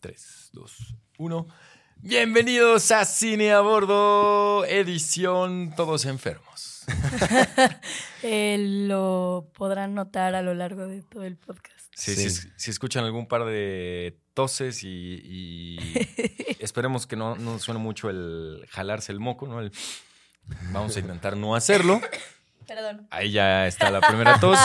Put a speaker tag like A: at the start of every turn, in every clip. A: 3, 2, 1. Bienvenidos a Cine a Bordo, edición Todos Enfermos.
B: Eh, lo podrán notar a lo largo de todo el podcast.
A: Sí,
C: Sí.
A: Si, si escuchan algún par de toses y, y esperemos que no, no suene mucho el jalarse el moco, ¿no? El- vamos a intentar no hacerlo.
B: Perdón.
A: Ahí ya está la primera tos.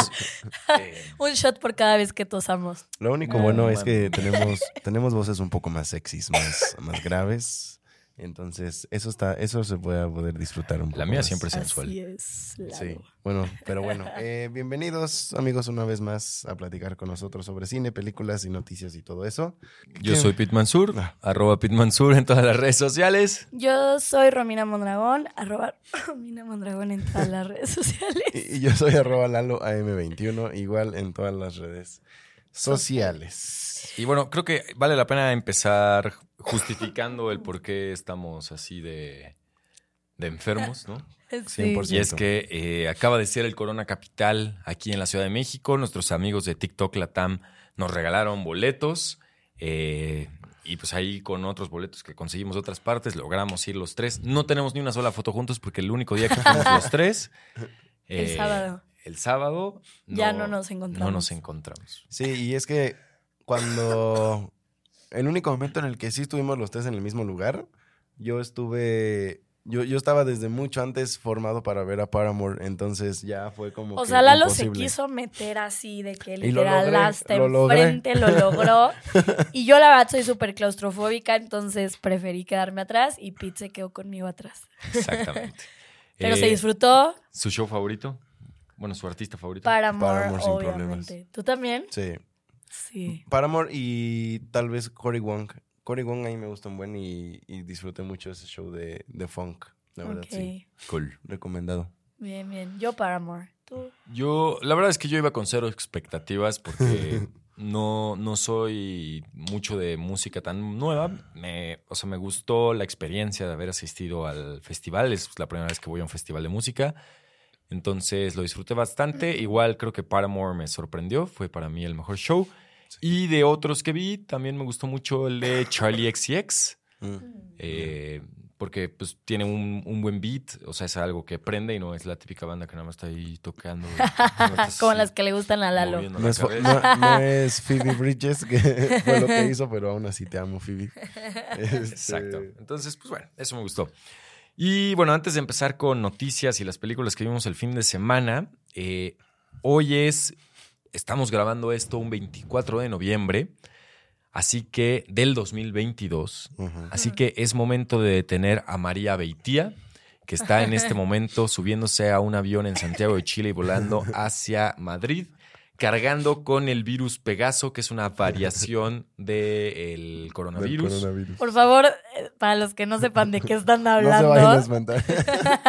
A: Eh,
B: Un shot por cada vez que tosamos.
C: Lo único
A: No,
C: bueno es
A: man.
C: que tenemos, tenemos voces un poco más sexys, más, más graves. Entonces, eso está, eso se puede poder disfrutar un poco.
A: la mía
C: más.
A: siempre es sensual.
B: Así es. Lalo.
C: Sí, bueno, pero bueno. eh, bienvenidos, amigos, una vez más a platicar con nosotros sobre cine, películas y noticias y todo eso.
A: Yo
C: ¿Qué?
A: soy Pit Mansur,
C: Ah.
A: arroba Pit Mansur en todas las redes sociales.
B: Yo soy Romina Mondragón, arroba Romina Mondragón en todas las redes sociales.
C: Y, y yo soy arroba Lalo AM21, igual en todas las redes sociales.
A: Y bueno, creo que vale la pena empezar justificando el por qué estamos así de, de enfermos, ¿no?
B: Sí.
C: 100%.
A: Y es que eh, acaba de ser el Corona Capital aquí en la Ciudad de México. Nuestros amigos de TikTok Latam nos regalaron boletos. eh, y pues ahí con otros boletos que conseguimos de otras partes, logramos ir los tres. No tenemos ni una sola foto juntos porque el único día que fuimos los tres. eh,
B: El
C: eh,
B: sábado.
A: El sábado.
B: Ya no nos encontramos.
A: No nos encontramos.
C: Sí, y es que cuando. El único momento en el que sí estuvimos los tres en el mismo lugar, yo estuve. Yo, yo estaba desde mucho antes formado para ver a Paramore, entonces ya fue como.
B: O
C: que
B: sea, Lalo se
C: imposible.
B: quiso meter así de que
C: Y lo
B: literal
C: logré,
B: hasta
C: lo logré.
B: enfrente lo logró. y yo la verdad soy súper claustrofóbica, entonces preferí quedarme atrás y Pete se quedó conmigo atrás.
A: Exactamente.
B: Pero se
A: Eh,
B: disfrutó
A: ¿Su show favorito? Bueno, su artista favorito.
B: Paramore,
C: Paramore sin
B: obviamente. ¿Tú también?
C: Sí.
B: Sí.
C: Paramore y tal vez Cory Wong. Cory Wong a mí me gusta un buen y, y disfruté mucho ese show de, de funk. La verdad,
B: ok.
C: sí.
A: Cool.
C: Recomendado.
B: Bien, bien. Yo Paramore. Tú.
A: Yo, la verdad es que yo iba con cero expectativas porque no, no soy mucho de música tan nueva. Me, o sea, me gustó la experiencia de haber asistido al festival. Es la primera vez que voy a un festival de música. Entonces lo disfruté bastante. Igual creo que Paramore me sorprendió. Fue para mí el mejor show. Y de otros que vi, también me gustó mucho el de Charlie XCX.
C: Mm.
A: Eh, porque pues tiene un, un buen beat, o sea, es algo que prende y no es la típica banda que nada más está ahí tocando. y nada más está
B: Como
A: así
B: las que le gustan a Lalo.
A: moviendo
C: No
A: la
C: es, fo-
A: cabeza.
C: no- no es Phoebe Bridges, que fue lo que hizo, pero aún así te amo, Phoebe. Este,
A: Exacto. Entonces, pues bueno, eso me gustó. Y bueno, antes de empezar con noticias y las películas que vimos el fin de semana, eh, hoy es, estamos grabando esto un 24 de noviembre, así que del 2022,
C: ujú.
A: Así que es momento de detener a María Beitía, que está en este momento subiéndose a un avión en Santiago de Chile y volando hacia Madrid, cargando con el virus Pegaso, que es una variación del
C: Del
A: coronavirus.
C: coronavirus.
B: Por favor, eh, para los que no sepan de qué están
C: No se
B: hablando.
C: vayan a espantar.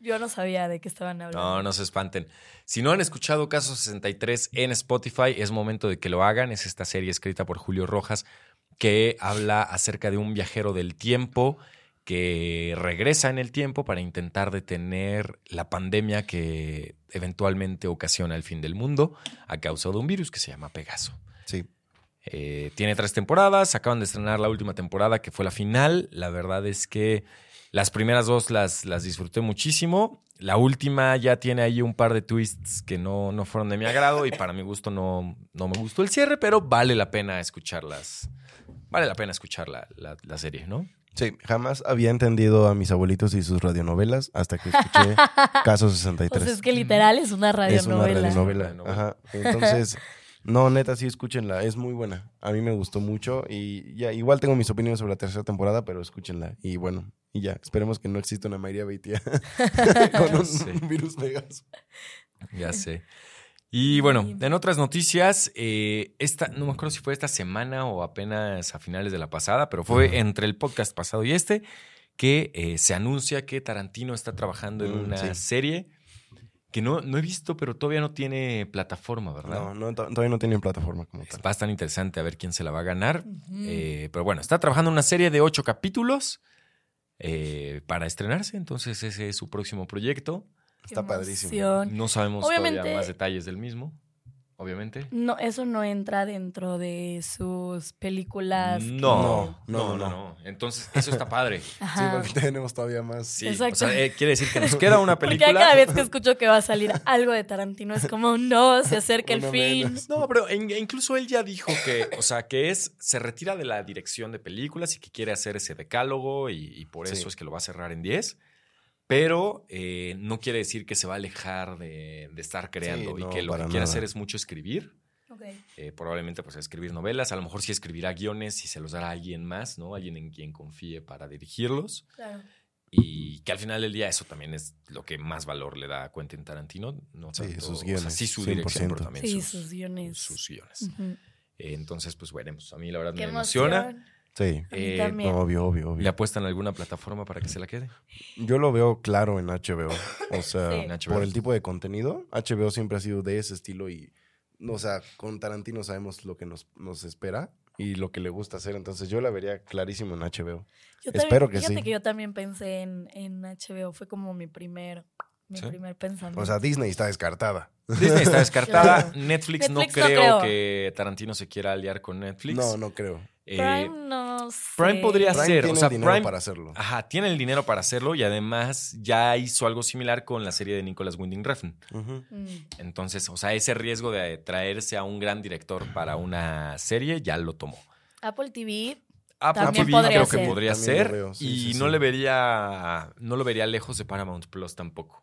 B: yo no sabía de qué estaban hablando.
A: No, no se espanten. Si no han escuchado Caso 63 en Spotify, es momento de que lo hagan. Es esta serie escrita por Julio Rojas que habla acerca de un viajero del tiempo que regresa en el tiempo para intentar detener la pandemia que eventualmente ocasiona el fin del mundo a causa de un virus que se llama Pegaso.
C: Sí.
A: Eh, tiene tres temporadas, acaban de estrenar la última temporada que fue la final. La verdad es que las primeras dos las, las disfruté muchísimo. La última ya tiene ahí un par de twists que no, no fueron de mi agrado y para mi gusto no, no me gustó el cierre, pero vale la pena escucharlas. Vale la pena escuchar la, la- la serie, ¿no?
C: Sí, jamás había entendido a mis abuelitos y sus radionovelas hasta que escuché Caso
B: O
C: 63.
B: sea, Pues es que literal es una
C: Pues es una
B: radionovela.
C: radionovela.
A: Radionovela.
C: Ajá. Entonces, no, neta, sí, escúchenla. Es muy buena. A mí me gustó mucho y ya, igual tengo mis opiniones sobre la tercera temporada, pero escúchenla. Y bueno, y ya, esperemos que no exista una María Beitia con un
A: Sí.
C: virus Pegaso.
A: Ya sé. Y bueno,
B: Sí.
A: en otras noticias, eh, esta, no me acuerdo si fue esta semana o apenas a finales de la pasada, pero fue entre el podcast pasado y este, que eh, se anuncia que Tarantino está trabajando en
C: Mm,
A: una
C: sí.
A: serie que no, no he visto, pero todavía no tiene plataforma, ¿verdad?
C: No, no, to- todavía no tienen plataforma como
A: Es
C: tal.
A: bastante interesante a ver quién se la va a ganar.
B: Ujú.
C: Mm.
A: Eh, pero bueno, está trabajando en una serie de ocho capítulos eh, para estrenarse, entonces ese es su próximo proyecto.
B: Qué
C: Está padrísimo.
B: emoción.
A: No sabemos
B: Obviamente-
A: todavía más detalles del mismo. obviamente.
B: No, eso no entra dentro de sus películas. que-
A: No, no,
C: No,
A: no, no,
C: no,
A: Entonces, eso está padre.
C: Sí,
B: Ajá.
C: porque tenemos todavía más.
A: Sí,
B: Exacto.
A: o sea, eh, quiere decir que nos queda una
B: Porque
A: película.
B: ya cada vez que escucho que va a salir algo de Tarantino es como, no, se acerca el
C: Una
B: fin.
C: menos.
A: No, pero en- e incluso él ya dijo que, o sea, que es, se retira de la dirección de películas y que quiere hacer ese decálogo y, y por
C: Sí.
A: eso es que lo va a cerrar en 10. Pero eh, no quiere decir que se va a alejar de, de estar creando
C: no,
A: y que lo que
C: para
A: quiere
C: nada.
A: hacer es mucho escribir. eh, probablemente pues escribir novelas, a lo mejor sí escribirá guiones y se los dará a alguien más, ¿no? Alguien en quien confíe para dirigirlos. Y que al final del día eso también es lo que más valor le da a Quentin Tarantino. No
C: Sí,
A: tanto-
C: sus
A: o sea,
C: guiones,
A: sí su dirección, pero
C: 100%.
A: también
B: Sí,
A: sus,
B: sus guiones.
A: sus guiones.
B: Ujú.
A: Entonces, pues veremos. A mí la verdad
B: Qué
A: me emociona.
B: emoción.
C: Sí.
B: A mí
A: Eh,
B: también.
C: Obvio, obvio,
A: ¿Le
C: obvio.
A: apuestan a alguna plataforma para que se la quede?
C: Yo lo veo claro en HBO. O sea,
B: Sí. En
A: HBO.
C: por el tipo de contenido, HBO siempre ha sido de ese estilo y, o sea, con Tarantino sabemos lo que nos, nos espera y lo que le gusta hacer. Entonces yo la vería clarísimo en HBO.
B: Yo también-
C: Espero que
B: fíjate
C: sí.
B: que yo también pensé en, en HBO, fue como mi primer, mi
A: Sí.
B: primer pensamiento.
C: O sea, Disney está descartada.
A: Disney está descartada.
B: Claro.
A: Netflix, no,
B: Netflix no
A: creo
B: creo.
A: que Tarantino se quiera aliar con Netflix.
C: No, no creo.
A: Eh,
B: Prime no sé.
A: Prime podría-
C: Prime
A: Hacer, o
C: tiene
A: sea,
C: el dinero
A: Prime-
C: para hacerlo.
B: Ah.
A: Ajá, tiene el dinero para hacerlo y además ya hizo algo similar con la serie de Nicolas Winding Refn.
C: Ujú.
B: Mm.
A: Entonces, o sea, ese riesgo de traerse a un gran director para una serie ya lo tomó.
B: Apple TV.
A: Apple
B: También
A: TV
B: podría
A: creo que
B: ser.
A: podría
C: También
A: ser
C: lo veo, sí,
A: y
C: sí,
A: no
C: sí.
A: le vería no lo vería lejos de Paramount Plus tampoco,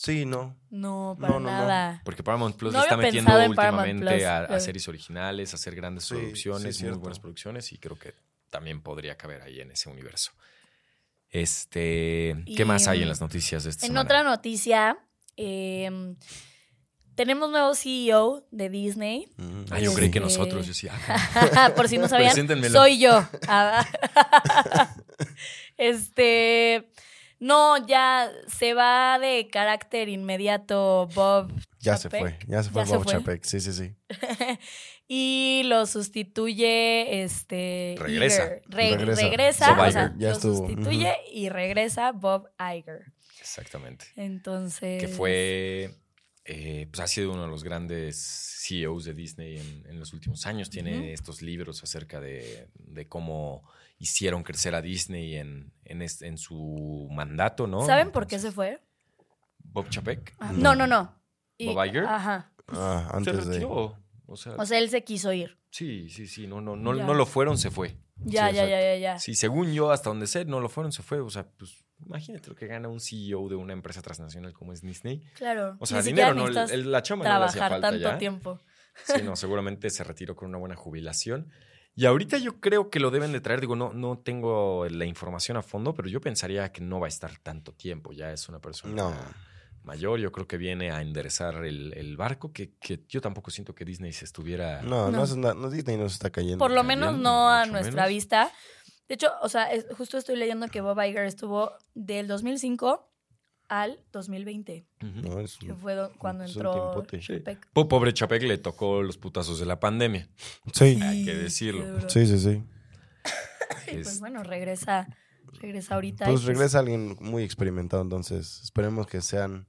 C: Sí, no.
B: No, para
C: No, no, no.
B: nada.
A: porque Paramount Plus
B: No
A: le está
B: había
A: metiendo
B: pensado en Paramount
A: últimamente
B: Plus, eh.
A: a, a
B: claro.
A: series originales, a hacer grandes
C: Sí,
A: producciones,
C: sí,
A: muy
C: cierto.
A: buenas producciones y creo que también podría caber ahí en ese universo. Este, ¿qué
B: Y,
A: más hay en
B: mm,
A: las noticias de esta
B: En
A: semana?
B: otra noticia, eh, tenemos nuevo CEO de Disney.
C: Ujú.
A: Ah, yo creí que
B: Este-
A: nosotros, yo sí. ah,
B: Por si no sabían,
A: Preséntenmelo.
B: soy yo. Ah, este. No, ya se va de carácter inmediato Bob
C: Ya se
B: Chapek.
C: fue, ya se fue
B: Ya se
C: Bob
B: fue.
C: Chapek. Sí, sí, sí.
B: y lo sustituye este
A: Regresa.
B: Iger. Re-
C: Regresa.
B: regresa,
A: Bob
B: o sea,
A: Iger.
C: Ya
B: lo
C: estuvo.
B: sustituye y regresa Bob Iger.
A: exactamente.
B: Entonces
A: que fue, eh, pues ha sido uno de los grandes CEOs de Disney en, en los últimos años. Tiene
B: Ujú.
A: estos libros acerca de, de cómo hicieron crecer a Disney en, en, este- en su mandato, ¿no?
B: ¿Saben por qué
A: Entonces,
B: se fue?
A: Bob Chapek.
B: Ah,
C: No.
B: No, no, no. Y-
A: ¿Bob Iger?
B: Ajá.
C: Ah, antes
A: se
C: de.
A: retiró. O sea,
B: O sea, él se quiso ir.
A: sí, sí, sí. No, no, no,
B: Ya.
A: no lo fueron, se fue.
B: Ya,
C: Sí,
B: ya,
C: exacto.
B: ya, ya, ya.
A: Sí, según yo, hasta donde sé, no lo fueron, se fue. O sea, pues imagínate lo que gana un CEO de una empresa transnacional como es Disney.
B: Claro.
A: O sea,
B: Ni siquiera
A: dinero, no,
B: necesitas
A: el- la chamba no le hacía
B: trabajar
A: falta
B: tanto
A: ya.
B: tiempo.
A: Sí, no, seguramente se retiró con una buena jubilación. Y ahorita yo creo que lo deben de traer. Digo, no, no tengo la información a fondo, pero yo pensaría que no va a estar tanto tiempo. Ya es una persona
C: No.
A: mayor. Yo creo que viene a enderezar el, el barco, que, que yo tampoco siento que Disney se estuviera...
C: No, no,
B: No.
C: es na- no, Disney nos está cayendo.
B: Por lo
A: También,
B: menos no a
A: mucho
B: nuestra
A: menos.
B: vista. De hecho, o sea, es- justo estoy leyendo que Bob Iger estuvo del 2005 al 2020,
A: Ujú.
C: No, es un-
B: que fue do- cuando
C: Mm. pues es un
B: entró
C: tiempote.
A: Sí.
B: Chapek.
A: Po- Pobre Chapek le tocó los putazos de la pandemia.
C: Sí,
A: Hay que
B: Sí,
A: decirlo.
B: qué duro.
C: sí, sí, sí.
B: Y
A: Es-
B: pues bueno, regresa, regresa ahorita. y
C: Pues
B: pues-
C: regresa alguien muy experimentado, entonces esperemos que sean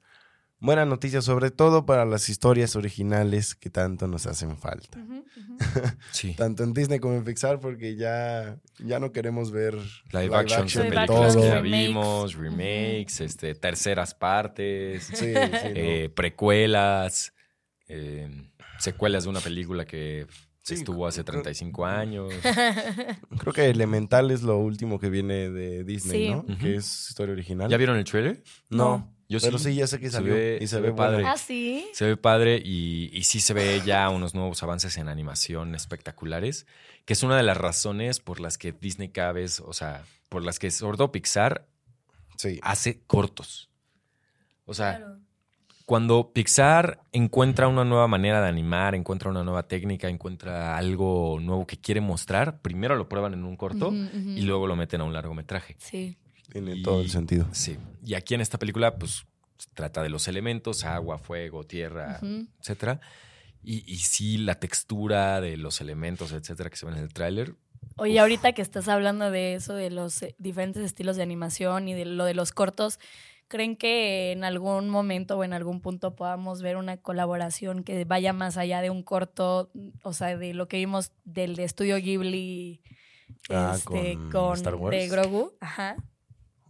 C: buenas noticias, sobre todo para las historias originales que tanto nos hacen falta.
B: pues, Ujú, ujú.
A: Sí.
C: Tanto en Disney como en Pixar, porque ya, ya no queremos ver
A: Live action,
B: action,
A: películas
B: todo.
A: que ya
B: Remakes.
A: vimos, remakes, este, terceras partes.
C: Sí, sí, no.
A: eh, precuelas, eh, secuelas de una película que
C: Sí,
A: estuvo hace
C: creo-
A: 35 años.
C: Creo que Elemental es lo último que viene de Disney,
B: Sí.
C: ¿no?
A: Ujú.
C: Que es historia original.
A: ¿Ya vieron el trailer?
C: No,
A: Yo
C: pero sí, ya sé que
A: Se
C: salió
A: ve-
C: y se,
A: se
C: ve
A: ve padre.
C: padre.
B: ah, sí.
A: Se ve padre y, y sí se ve ya unos nuevos avances en animación espectaculares, que es una de las razones por las que Disney cada vez, o sea, por las que sobre todo Pixar
C: Sí.
A: hace cortos. O sea,
B: Claro.
A: cuando Pixar encuentra una nueva manera de animar, encuentra una nueva técnica, encuentra algo nuevo que quiere mostrar, primero lo prueban en un corto
B: Ujú, ujú.
A: y luego lo meten a un largometraje.
B: Sí.
C: Tiene
A: Y-
C: todo el sentido.
A: Sí. Y aquí en esta película, pues trata de los elementos: agua, fuego, tierra,
B: Ujú.
A: etcétera. Y, y sí, la textura de los elementos, etcétera, que se ven en el tráiler.
B: Oye,
A: Uf.
B: ahorita que estás hablando de eso, de los eh, diferentes estilos de animación y de lo de los cortos, ¿Creen que en algún momento o en algún punto podamos ver una colaboración que vaya más allá de un corto, mm, o sea, de lo que vimos del de estudio Ghibli
C: Ah,
B: este,
C: con
B: con,
C: Star Wars.
B: de Grogu? Ajá.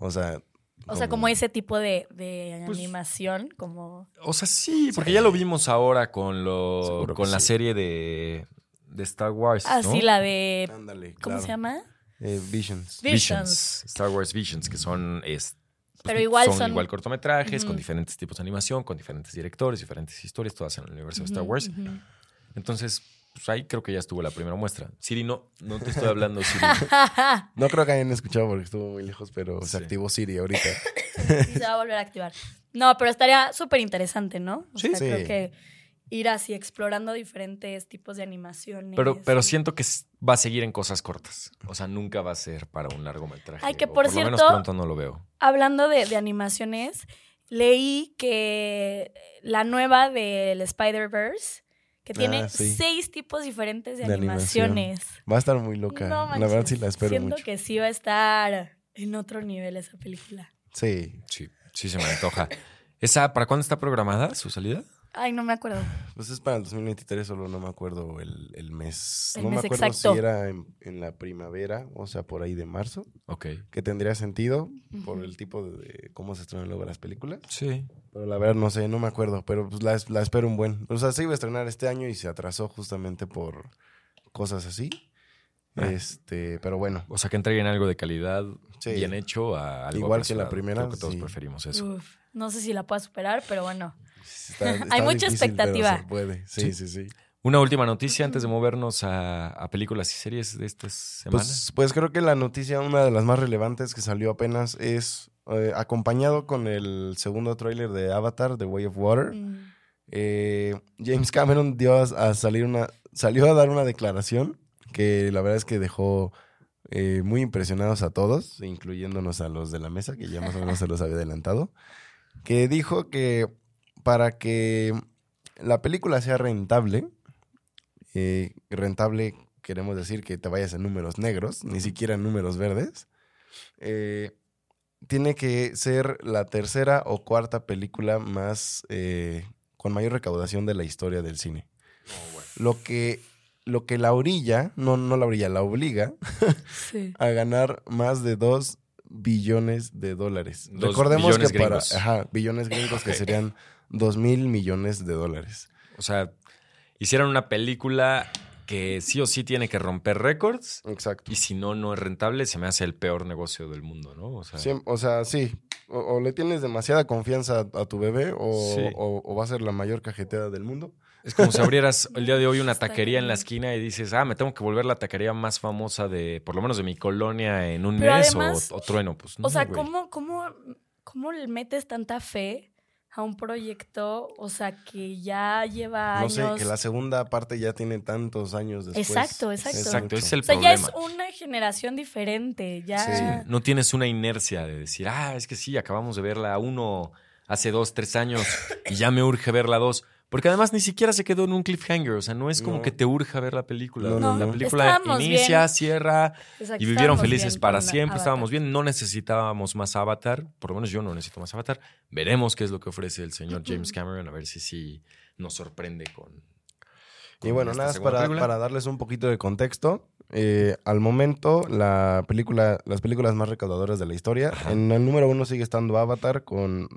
C: O sea.
B: O sea, como ese tipo de, de
A: Pues-
B: animación, como...
A: O sea, sí, porque ya lo vimos ahora con lo
C: Seguro que
A: con la
C: sí.
A: serie de, de Star Wars. pues, ¿no? Pues
B: Así ah, la de...
C: Ándale,
B: ¿Cómo
C: claro.
B: se llama?
C: Eh, Visions.
A: Visions. Star Wars Visions, que son. este, es-
B: Pero igual
A: pues, son,
B: son-
A: igual cortometrajes, con
B: Ujú.
A: diferentes tipos de animación, con diferentes directores, diferentes historias, todas en el universo de Star
B: Ujú,
A: Wars.
B: ujú.
A: Entonces, pues ahí creo que ya estuvo la primera muestra. Siri, no, no te estoy hablando, Siri.
C: No creo que hayan escuchado porque estuvo muy lejos, pero
A: Sí.
C: se activó Siri ahorita.
B: y se va a volver a activar. No, pero estaría súper interesante, ¿no? O
C: Sí,
B: sea,
C: sí.
B: creo que ir así explorando diferentes tipos de animaciones.
A: Pero, pero siento que s- va a seguir en cosas cortas. O sea, nunca va a ser para un largometraje.
B: Ay, que
A: o
B: por
A: lo menos
B: cierto-
A: pronto no lo veo.
B: Hablando de, de animaciones, leí que la nueva del Spider-Verse, que tiene
C: Ah, sí.
B: seis tipos diferentes de,
C: De animación.
B: animaciones.
C: Va a estar muy loca.
B: No
C: la
B: manches,
C: verdad sí la espero
B: Siento
C: mucho.
B: que sí va a estar en otro nivel esa película.
C: Sí.
A: Sí, sí se me antoja. ¿Esa para cuándo está programada su salida?
B: Ay, no me acuerdo.
C: Pues es para el 2023, solo no me acuerdo el, el mes.
B: El
C: no
B: mes
C: me acuerdo
B: exacto.
C: si era en, en la primavera, o sea, por ahí de marzo,
A: Ok.
C: que tendría sentido por
B: Ujú.
C: el tipo de, de cómo se estrenan luego las películas.
A: Sí.
C: Pero la verdad no sé, no me acuerdo, pero pues la, es- la espero un buen. O sea, se iba a estrenar este año y se atrasó justamente por cosas así.
A: Ah.
C: Este, pero bueno.
A: O sea, que entreguen algo de calidad
C: Sí.
A: bien hecho a algo
C: Igual que la
A: apresurado.
C: primera,
A: Creo que todos
C: sí.
A: preferimos eso.
B: Uf, no sé si la pueda superar, pero bueno.
C: está- está
B: Hay mucha
C: difícil, pero
B: expectativa.
C: se puede. Sí, sí, sí.
A: Una última noticia antes de movernos a, a películas y series de estas semanas.
C: Pues, pues creo que la noticia, una de las más relevantes que salió apenas, es eh, acompañado con el segundo tráiler de Avatar, The Way of Water.
B: Mm.
C: eh, James Cameron dio a, a salir una, salió a dar una declaración que la verdad es que dejó eh, muy impresionados a todos, incluyéndonos a los de la mesa, que ya más o menos se los había adelantado, que dijo que para que la película sea rentable, eh, rentable queremos decir que te vayas en números negros, ni siquiera en números verdes, eh, tiene que ser la tercera o cuarta película más eh, con mayor recaudación de la historia del cine.
A: Oh,
C: Lo que lo que la orilla, no, no la orilla, la obliga
B: Sí.
C: a ganar más de 2 billones de dólares.
A: Dos
C: Recordemos
A: billones
C: que para
A: gringos.
C: ajá, billones gringos que
A: Ok.
C: serían 2 mil millones de dólares.
A: O sea, hicieron una película que sí o sí tiene que romper récords.
C: Exacto.
A: Y si no, no es rentable, se me hace el peor negocio del mundo, ¿no? O sea,
C: Siem- o sea, sí. O, o le tienes demasiada confianza a, a tu bebé o,
A: Sí.
C: o- o va a ser la mayor cajeteada del mundo.
A: es como si abrieras el día de hoy una
B: Está
A: taquería en la
B: cañón.
A: esquina y dices, ah, me tengo que volver la taquería más famosa de, por lo menos de mi colonia en un
B: Pero
A: mes o-
B: además,
A: o, trueno. Pues, no,
B: O sea,
A: güey.
B: ¿cómo, cómo, ¿cómo le metes tanta fe a un proyecto, o sea, que ya lleva
C: No
B: años?
C: sé, que la segunda parte ya tiene tantos años después.
B: Exacto, exacto.
A: Exacto,
C: mucho.
A: es el
B: O sea,
A: problema.
B: ya es una generación diferente, ya...
C: Sí.
A: Sí, No tienes una inercia de decir, ah, es que sí, acabamos de verla uno hace dos, tres años y ya me urge verla dos. Porque además ni siquiera se quedó en un cliffhanger. O sea, no es como
C: No.
A: que te urja ver la película.
C: No, no,
A: la
C: no.
A: película
B: Estábamos
A: inicia,
B: bien.
A: cierra
B: Exacto,
A: y vivieron
B: estábamos
A: felices
B: bien
A: para
B: con
A: siempre. Estábamos
B: Avatar.
A: bien, no necesitábamos más Avatar. Por lo menos yo no necesito más Avatar. Veremos qué es lo que ofrece el señor James Cameron, a ver si sí nos sorprende con.
C: Y
A: con
C: bueno,
A: esta
C: nada más
A: segunda
C: para,
A: película.
C: para darles un poquito de contexto. eh, al momento, la película, las películas más recaudadoras de la historia.
A: Ajá.
C: En el número uno sigue estando Avatar con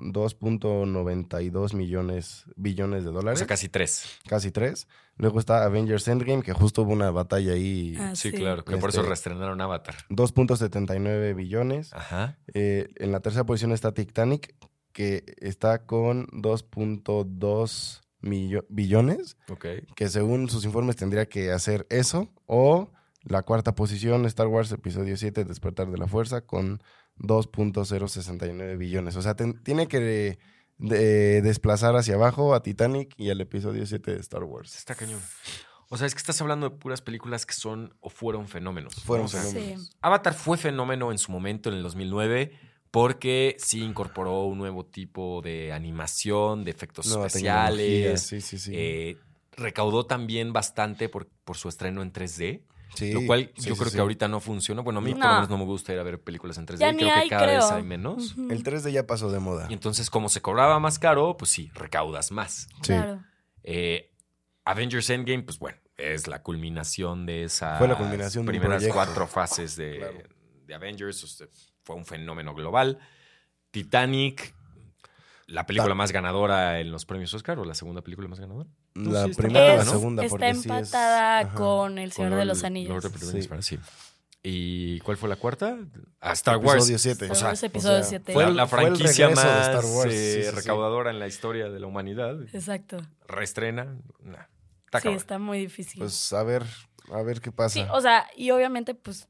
C: 2.92 millones, billones de
A: O
C: dólares.
A: sea, casi tres.
C: casi tres. Luego está Avengers Endgame, que justo hubo una batalla ahí.
B: Ah,
A: sí,
B: sí.
A: claro. Que por eso
C: Este-
A: reestrenaron Avatar.
C: 2.79 billones.
A: Ajá.
C: Eh, en la tercera posición está Titanic, que está con 2.2 millo- billones,
A: Ok.
C: que según sus informes tendría que hacer eso. O la cuarta posición, Star Wars Episodio 7, Despertar de la Fuerza, con 2.069 billones. O sea, ten- tiene que de- de- desplazar hacia abajo a Titanic y al Episodio 7 de Star Wars.
A: pues, Está cañón. O sea, es que estás hablando de puras películas que son o fueron fenómenos.
C: Fueron
A: O sea,
C: fenómenos.
B: Sí.
A: Avatar fue fenómeno en su momento, en el 2009, porque sí incorporó un nuevo tipo de animación, de efectos
C: Nueva tecnología,
A: especiales.
C: Sí, sí, sí.
A: Eh, recaudó también bastante por, por su estreno en 3D.
C: Sí,
A: Lo cual
C: sí,
A: yo
C: sí,
A: creo
C: sí.
A: que ahorita no funciona. Bueno, a mí por
B: No.
A: lo menos no me gusta ir a ver películas en 3D.
B: Ya
A: y
B: ni
A: creo
B: hay,
A: que cada vez
B: creo.
A: hay menos.
B: Ujú,
C: El 3D ya pasó de moda.
A: Y entonces, como se cobraba más caro, pues sí, recaudas más.
C: Sí.
B: Claro.
A: Eh, Avengers Endgame, pues bueno, es la culminación de esas
C: Fue la culminación de un
A: primeras
C: proyecto.
A: cuatro fases de,
C: Claro.
A: de Avengers. O sea, fue un fenómeno global. Titanic, la película
C: Ta-
A: más ganadora en los premios Oscar, o la segunda película más ganadora.
C: La
A: sí, está
C: primera o la
A: empatada, ¿no?
C: segunda.
B: está
C: porque sí es-
B: empatada
C: ajá.
B: con El Señor
A: Con
B: de
A: Lord-
B: los Anillos.
A: Lord of the
C: Sí.
A: Rings, ¿verdad? Sí. ¿Y cuál fue la cuarta? Ah, Star Wars.
C: Episodio 7.
B: Star
A: sea,
B: Wars, episodio
C: sea,
B: siete.
A: Fue
C: Fue
A: la,
C: el-
A: la
C: fue el
A: franquicia
C: regreso de
A: más
C: Star Wars,
A: eh,
C: sí, sí, sí.
A: recaudadora en la historia de la humanidad.
B: Exacto.
A: Reestrena. nah, está
B: Sí,
A: cabrón.
B: está muy difícil.
C: Pues a ver, a ver qué pasa.
B: sí, o sea, y obviamente, pues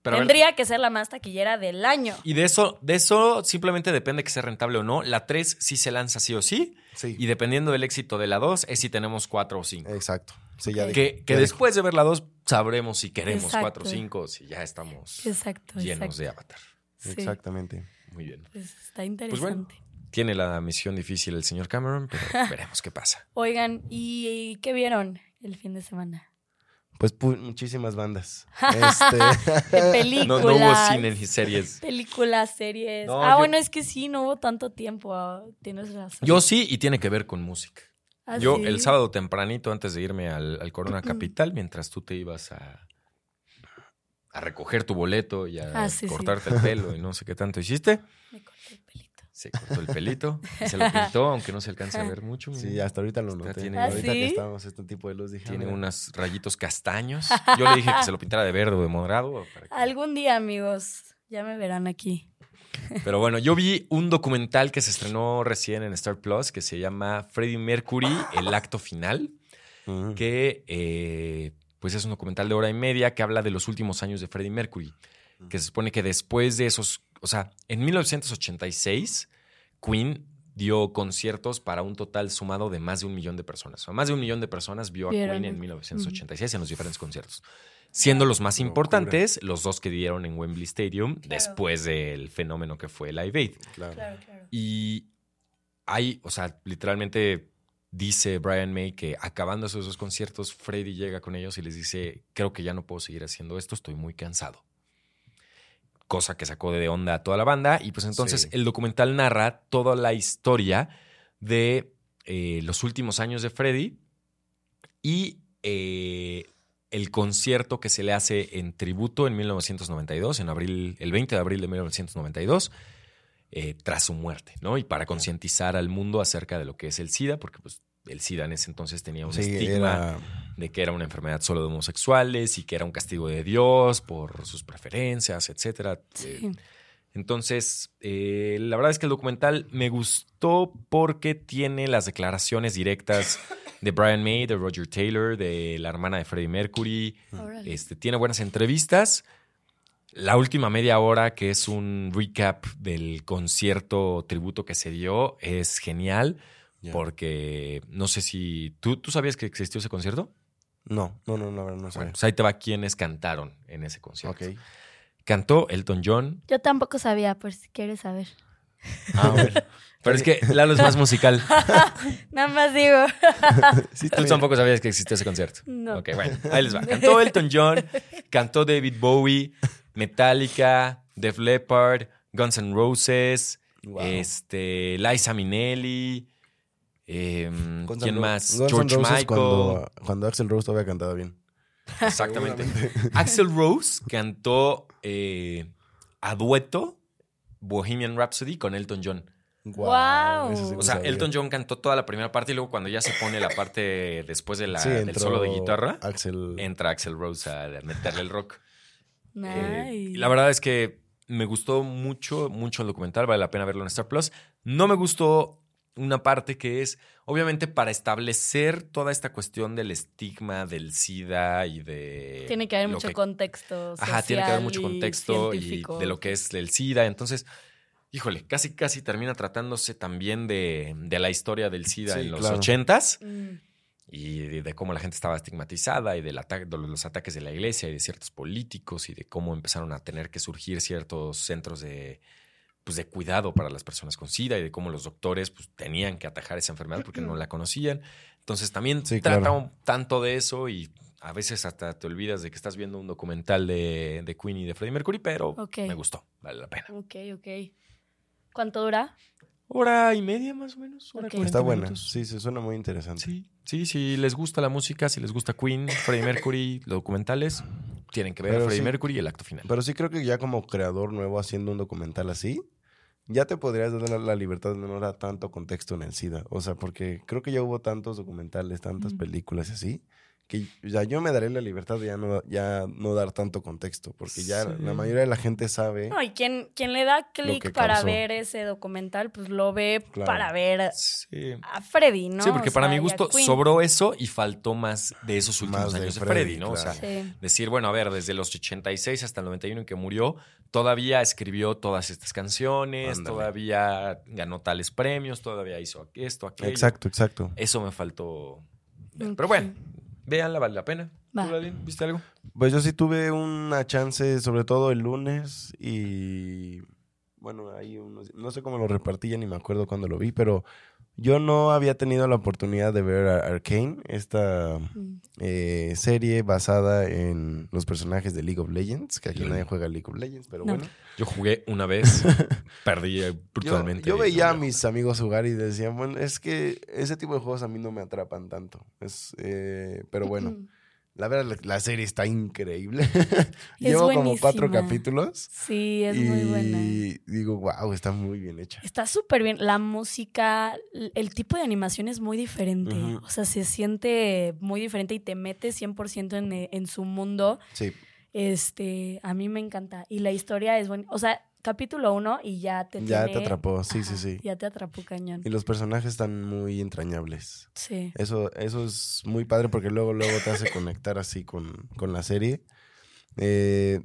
A: Pero a ver,
B: tendría que ser la más taquillera del año.
A: Y de eso, de eso simplemente depende que sea rentable o no. La 3 sí se lanza sí o sí.
C: sí,
A: Y dependiendo del éxito de la 2 es si tenemos 4 o 5.
C: exacto. Sí, ya
B: Ok.
C: dije,
A: que que
C: ya dije.
A: después de ver la 2 sabremos si queremos
B: Exacto.
A: 4 o 5 o si ya estamos
B: Exacto,
A: llenos
B: exacto.
A: de avatar.
B: Sí,
C: Exactamente.
A: Muy bien.
B: Pues está
A: Pues
B: interesante.
A: bueno, tiene la misión difícil el señor Cameron, pero veremos qué pasa.
B: Oigan, ¿y qué vieron el fin de semana?
C: Pues pu- muchísimas bandas. Este,
B: De películas.
A: No, no hubo cine ni series.
B: Películas, series.
A: No,
B: ah,
A: yo-
B: bueno, es que sí, no hubo tanto tiempo. ah, Tienes razón.
A: Yo sí y tiene que ver con música.
B: Ah,
A: Yo
B: sí.
A: el sábado tempranito, antes de irme al, al Corona Capital, mientras tú te ibas a, a recoger tu boleto y a
B: Ah, sí, sí.
A: cortarte el pelo y no sé qué tanto hiciste,
B: Me corté el pelito.
A: se cortó el pelito, y se lo pintó, aunque no se alcanza a ver mucho.
C: sí, hasta ahorita lo
A: Está-
C: noté.
A: tiene-
B: ¿Ah,
C: ahorita
B: sí?
C: que estábamos este tipo de luz dije, ah,
A: Tiene
C: mira.
A: unos rayitos castaños. Yo le dije que se lo pintara de verde o de morado. para que-
B: Algún día, amigos, ya me verán aquí.
A: Pero bueno, yo vi un documental que se estrenó recién en Star Plus que se llama Freddie Mercury, el acto final.
C: Ujú.
A: que eh, pues es un documental de hora y media que habla de los últimos años de Freddie Mercury, que se supone que después de esos, o sea, en 1986 Queen dio conciertos para un total sumado de más de un millón de personas. O sea, más de un millón de personas vio a
B: Vieron.
A: Queen en 1986 en los diferentes conciertos, siendo los más
C: Locura.
A: importantes los dos que dieron en Wembley Stadium
B: Claro.
A: después del fenómeno que fue Live Aid.
C: Claro.
B: claro.
A: Y hay, o sea, literalmente dice Brian May que acabando esos dos conciertos, Freddy llega con ellos y les dice, creo que ya no puedo seguir haciendo esto, estoy muy cansado. Cosa que sacó de onda a toda la banda. Y pues entonces
C: Sí.
A: el documental narra toda la historia de eh, los últimos años de Freddy y eh, el concierto que se le hace en tributo en 1992, en abril, el 20 de abril de 1992, eh, tras su muerte, ¿no? Y para concientizar al mundo acerca de lo que es el SIDA, porque pues el SIDA en ese entonces tenía un
C: Sí,
A: estigma
C: era
A: de que era una enfermedad solo de homosexuales y que era un castigo de Dios por sus preferencias, etcétera. Eh,
B: Sí.
A: entonces, eh, la verdad es que el documental me gustó porque tiene las declaraciones directas de Brian May, de Roger Taylor, de la hermana de Freddie Mercury.
B: Órale.
A: Este, tiene buenas entrevistas. La última media hora, que es un recap del concierto tributo que se dio, es genial
C: ya.
A: porque no sé si tú, tú sabías que existió ese concierto.
C: No, no, no, la verdad no sé.
A: Bueno, pues ahí te va quienes cantaron en ese concierto.
C: Ok.
A: Cantó Elton John,
B: Yo tampoco sabía, por si quieres saber.
C: Ah, bueno.
A: pero es que Lalo es más musical.
B: Nada más digo.
C: Sí, está
A: Tú
C: bien.
A: tampoco sabías que existía ese concierto.
B: No.
A: Ok, bueno, ahí les va. Cantó Elton John, cantó David Bowie, Metallica, Def Leppard, Guns N' Roses,
C: Wow.
A: este, Liza Minnelli, em,
C: Guns N'
A: ¿quién
C: Ro-
A: más?
C: Guns N'
A: George
C: Roses
A: Michael.
C: Cuando, cuando Axel Rose todavía cantaba bien.
A: Exactamente. Axel Rose cantó eh, a dueto Bohemian Rhapsody con Elton John.
B: Guau.
C: eso sí no
A: O sea,
C: sabía.
A: Elton John cantó toda la primera parte y luego cuando ya se pone la parte después de la,
C: Sí,
A: del
C: entró
A: solo de guitarra,
C: Axel.
A: entra Axel Rose a meterle el rock. Eh,
B: Nice.
A: y la verdad es que me gustó mucho, mucho el documental, vale la pena verlo en Star Plus. No me gustó una parte que es, obviamente, para establecer toda esta cuestión del estigma, del SIDA y de...
B: Tiene que haber
A: lo
B: mucho contexto.
A: Ajá, tiene que haber mucho
B: social y
A: contexto y
B: científico.
A: de lo que es el SIDA. Entonces, híjole, casi, casi termina tratándose también de, de la historia del SIDA
C: Sí,
A: en los
C: claro.
A: ochentas
B: Mm,
A: y de, de cómo la gente estaba estigmatizada y del ata- de los ataques de la iglesia y de ciertos políticos y de cómo empezaron a tener que surgir ciertos centros de, pues, de cuidado para las personas con SIDA y de cómo los doctores pues, tenían que atajar esa enfermedad porque no la conocían. Entonces también
C: Sí,
A: trata
C: claro.
A: un tanto de eso y a veces hasta te olvidas de que estás viendo un documental de, de Queen y de Freddie Mercury, pero
B: Ok.
A: me gustó, vale la pena.
B: Ok, ok. ¿Cuánto dura?
A: Hora y media más o menos. hora
B: Ok.
A: 40
C: Está buena.
A: minutos.
C: Sí, se suena muy interesante.
A: Sí, sí, si les gusta la música, si les gusta Queen, Freddie Mercury, los documentales, tienen que ver
C: Pero
A: a Freddie
C: sí.
A: Mercury y el acto final.
C: Pero sí creo que ya como creador nuevo haciendo un documental así, ya te podrías dar la, la libertad de no dar tanto contexto en el SIDA. O sea, porque creo que ya hubo tantos documentales, tantas
B: Mm.
C: películas y así, que o sea, yo me daré la libertad de ya no, ya no dar tanto contexto, porque ya
A: Sí.
C: la mayoría de la gente sabe.
B: No, y quien, quien le da
C: que
B: clic para
C: causó.
B: ver ese documental, pues lo ve
C: Claro.
B: para ver
A: Sí.
B: a Freddy, ¿no?
A: Sí, porque
B: O
A: para
B: sea,
A: mi
B: y a
A: gusto
B: Queen.
A: sobró eso y faltó más de esos últimos
C: Más de
A: años de
C: Freddie,
A: Freddy, ¿no? O sea,
C: claro.
B: Sí.
A: decir, bueno, a ver, desde los 86 hasta el 91 en que murió, todavía escribió todas estas canciones,
C: Ándale.
A: todavía ganó tales premios, todavía hizo esto, aquello.
C: Exacto, exacto.
A: Eso me faltó. ver.
B: Ok.
A: Pero bueno, véanla, vale la pena. ¿Tú,
B: Va.
A: Lalín, ¿Viste algo?
C: Pues yo sí tuve una chance, sobre todo el lunes y bueno, ahí unos- no sé cómo lo repartí, ya ni me acuerdo cuándo lo vi, pero yo no había tenido la oportunidad de ver a Arkane, esta
B: Mm.
C: eh, serie basada en los personajes de League of Legends, que aquí
A: Lol.
C: nadie juega League of Legends, pero
B: No.
C: bueno.
A: Yo jugué una vez, perdí
C: Yo,
A: brutalmente.
C: yo veía a
A: No,
C: mis amigos jugar y decían, bueno, es que ese tipo de juegos a mí no me atrapan tanto, es, eh, pero bueno.
B: Mm.
C: La verdad, la- la serie está increíble.
B: Es
C: Llevo como cuatro
B: buenísima.
C: capítulos.
B: Sí, es
C: y
B: muy buena.
C: digo, wow, está muy bien hecha.
B: Está súper bien. La música, l- el tipo de animación es muy diferente.
C: Ujú.
B: O sea, se siente muy diferente y te metes 100% en, eh, en su mundo.
C: Sí,
B: Este, a mí me encanta. Y la historia es buena. O sea, capítulo uno y ya te
C: ya te
B: tiene-
C: atrapó, sí,
B: Ajá,
C: sí, sí.
B: Ya te atrapó cañón.
C: Y los personajes están muy entrañables.
B: Sí.
C: Eso, eso es muy padre porque luego, luego te hace conectar así con, con la serie. Eh,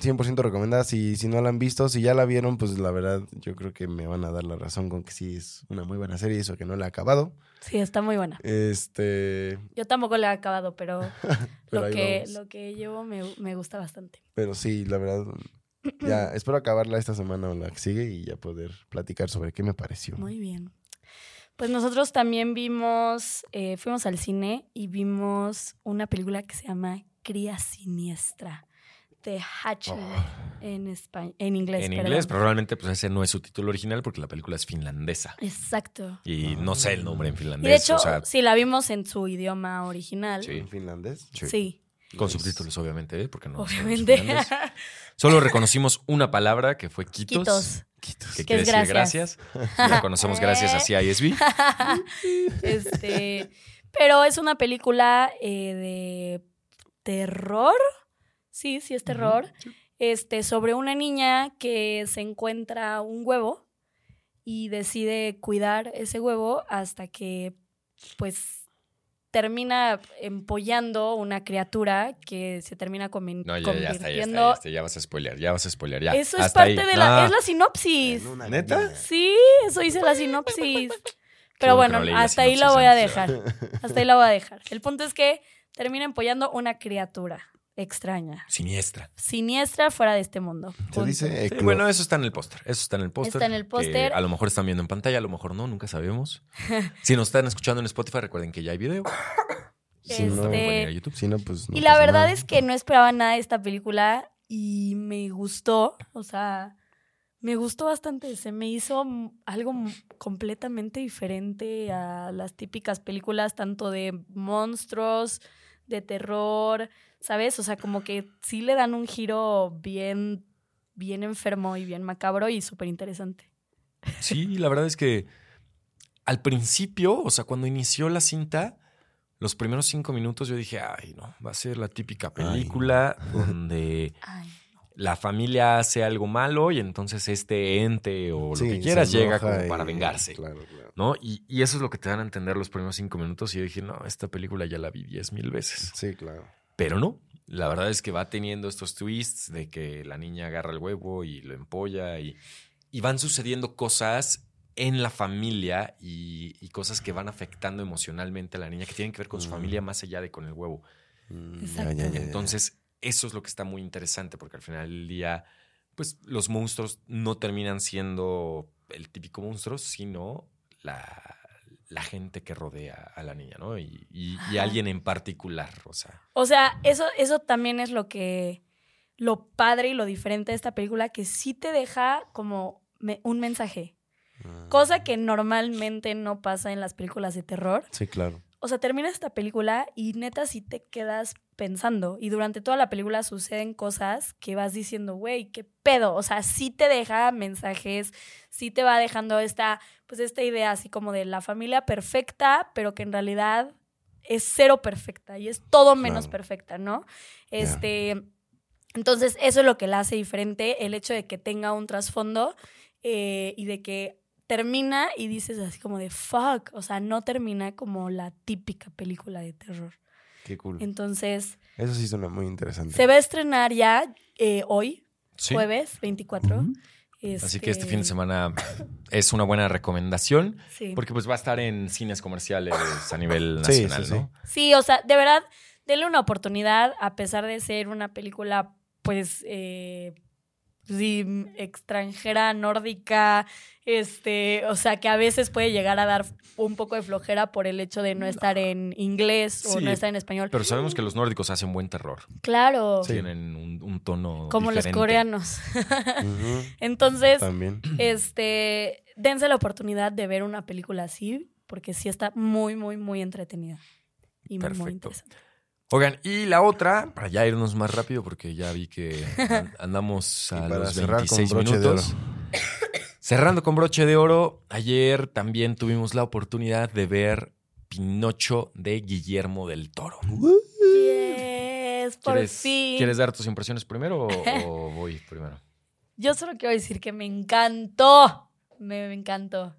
C: 100% recomendada. Si, si no la han visto, si ya la vieron, pues la verdad yo creo que me van a dar la razón con que sí es una muy buena serie, eso que no la he acabado.
B: Sí, está muy buena.
C: Este,
B: Yo tampoco la he acabado, pero,
C: Pero
B: lo,
C: ahí
B: que,
C: vamos.
B: lo que llevo me, me gusta bastante.
C: pero sí, la verdad, ya espero acabarla esta semana o la que sigue y ya poder platicar sobre qué me pareció.
B: Muy bien. Pues nosotros también vimos, eh, fuimos al cine y vimos una película que se llama Cría Siniestra, de Hatcher
C: Oh.
B: en, español, en inglés.
A: Oh. en
B: perdón.
A: inglés, pero realmente pues ese no es su título original porque la película es finlandesa.
B: Exacto.
A: Y no sé el nombre en
B: Ah. Y
A: finlandés.
B: de hecho,
A: o sea,
B: sí, la vimos en su idioma original.
A: Sí.
C: ¿En finlandés?
A: sí.
B: Sí,
A: Con subtítulos, obviamente, ¿eh? porque no. sabemos
B: obviamente.
A: finlandés. Solo reconocimos una palabra que fue quitos.
B: Quitos.
A: Que
B: Que
A: quiere
B: es
A: decir gracias. La conocemos gracias a CISB.
B: este, pero es una película eh, de terror. Sí, sí es terror. Este, sobre una niña que se encuentra un huevo y decide cuidar ese huevo hasta que pues termina empollando una criatura que se termina comi-
A: No, ya, ya, está, ya, está,
B: convirtiendo.
A: ya, está, ya vas a spoilear, ya vas a spoilear, ya.
B: Eso es
A: Hasta
B: parte
A: ahí.
B: de la,
A: No,
B: es la sinopsis.
C: ¿Neta?
B: Sí, eso dice la sinopsis.
A: Qué
B: Pero
A: bueno que
B: bueno,
A: no leí la
B: hasta ahí la
A: sinopsis
B: voy a
A: antes,
B: dejar. Hasta ahí la voy a dejar. El punto es que termina empollando una criatura extraña,
A: Siniestra.
B: siniestra fuera de este mundo.
C: Se
B: Punto.
C: dice
A: Sí,
C: eclo-
A: bueno, eso está en el póster. Eso está en el póster.
B: Está en el
A: que
B: póster.
A: A lo mejor están viendo en pantalla, a lo mejor no, nunca sabemos. Si nos están escuchando en Spotify, recuerden que ya hay video.
C: Este, Si
A: Lo
C: no,
A: pueden
B: Este-
A: poner a YouTube.
C: si no, pues no
B: Y la
C: pasa
B: verdad
C: nada.
B: es que no esperaba nada de esta película y me gustó, o sea, me gustó bastante, se me hizo m- algo m- completamente diferente a las típicas películas tanto de monstruos, de terror, ¿sabes? O sea, como que sí le dan un giro bien bien enfermo y bien macabro y súper interesante.
A: Sí, la verdad es que al principio, o sea, cuando inició la cinta, los primeros cinco minutos yo dije, ay, no, va a ser la típica
C: Ay, no.
A: película donde
B: Ay,
A: la familia hace algo malo y entonces este ente o
C: Sí,
A: lo que
C: se
A: quieras llega
C: enoja
A: como
C: y-
A: para vengarse.
C: claro, claro.
A: ¿No? Y, y eso es lo que te dan a entender los primeros cinco minutos. Y yo dije, no, esta película ya la vi diez mil veces.
C: Sí, claro.
A: Pero no. La verdad es que va teniendo estos twists de que la niña agarra el huevo y lo empolla y, y van sucediendo cosas en la familia y, y cosas que van afectando emocionalmente a la niña que tienen que ver con su
C: Mm.
A: familia más allá de con el huevo.
C: Mm,
B: Exacto.
A: Y entonces eso es lo que está muy interesante porque al final del día, pues los monstruos no terminan siendo el típico monstruo, sino la, la gente que rodea a la niña, ¿no? Y, y- y alguien en particular, o sea.
B: O sea, eso, eso también es lo que. Lo padre y lo diferente de esta película, que sí te deja como me- un mensaje.
C: Ah.
B: Cosa que normalmente no pasa en las películas de terror.
C: Sí, claro.
B: O sea, termina esta película y neta sí te quedas pensando. Y durante toda la película suceden cosas que vas diciendo, güey, qué pedo. O sea, sí te deja mensajes, sí te va dejando esta, pues esta idea así como de la familia perfecta, pero que en realidad es cero perfecta y es todo menos
C: Claro.
B: perfecta, ¿no? Este. Entonces, eso es lo que la hace diferente, el hecho de que tenga un trasfondo eh, y de que termina y dices así como de fuck, o sea, no termina como la típica película de terror.
C: Qué cool.
B: Entonces,
C: Eso sí suena muy interesante.
B: se va a estrenar ya eh, hoy,
A: Sí.
B: jueves 24.
C: Ujú.
A: Así que este fin de semana es una buena recomendación.
B: Sí.
A: Porque pues va a estar en cines comerciales a nivel
C: Sí,
A: nacional,
C: sí, sí.
A: ¿no?
B: Sí, o sea, de verdad, denle una oportunidad, a pesar de ser una película, pues, eh, sí, mm, extranjera, nórdica, este, o sea, que a veces puede llegar a dar un poco de flojera por el hecho de no estar en inglés o
A: Sí.
B: no estar en español.
A: Pero sabemos que los nórdicos hacen buen terror.
B: claro,
C: Sí.
A: Tienen un, un tono
B: como los
A: diferente.
B: coreanos.
C: Ujú,
B: Entonces,
C: También.
B: este, dense la oportunidad de ver una película así, porque sí está muy, muy, muy entretenida. Y muy, muy
A: Perfecto.
B: interesante.
A: Oigan, y la otra, para ya irnos más rápido porque ya vi que an- andamos
C: Y
A: a
C: para
A: los
C: cerrar con
A: 26
C: broche de
A: minutos. Cerrando con broche de oro, ayer también tuvimos la oportunidad de ver Pinocho de Guillermo del Toro.
B: Yes, por
A: ¿Quieres,
B: fin.
A: ¿Quieres dar tus impresiones primero o, o voy primero?
B: Yo solo quiero decir que me encantó. Me, me encantó.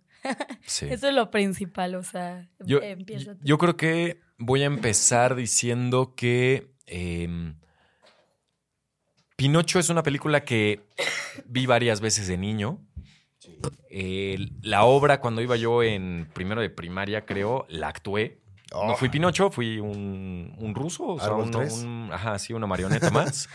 A: Sí.
B: Eso es lo principal, o sea, em,
A: Yo,
B: empieza tú.
A: yo creo que voy a empezar diciendo que eh, Pinocho es una película que vi varias veces de niño. Eh, la obra, cuando iba yo en primero de primaria, creo, la actué. No
C: Oh,
A: fui Pinocho, fui un, un ruso, o sea,
C: Árbol
A: uno-
C: tres.
A: un- ajá, sí, una marioneta más.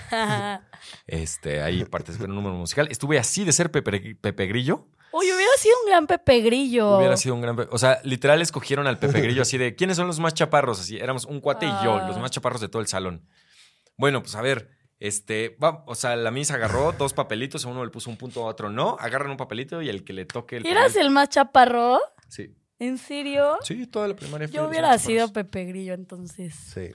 A: Este, ahí participé en un número musical. Estuve así de ser Pepe, Pepe Grillo.
B: Uy, hubiera sido un gran Pepe Grillo.
A: Hubiera sido un gran. pe- O sea, literal escogieron al Pepe Grillo así de ¿quiénes son los más chaparros? Así éramos un cuate y yo,
B: Ah.
A: los más chaparros de todo el salón. Bueno, pues a ver, este, va- o sea, la misa agarró dos papelitos, a uno le puso un punto, a otro no, agarran un papelito y el que le toque el.
B: ¿Eras
A: papelito-
B: el más chaparro?
A: Sí.
B: ¿En serio?
A: Sí, toda la primaria. fui de
B: Yo
A: los
B: hubiera
A: más
B: sido
A: chaparros.
B: Pepe Grillo entonces.
C: Sí.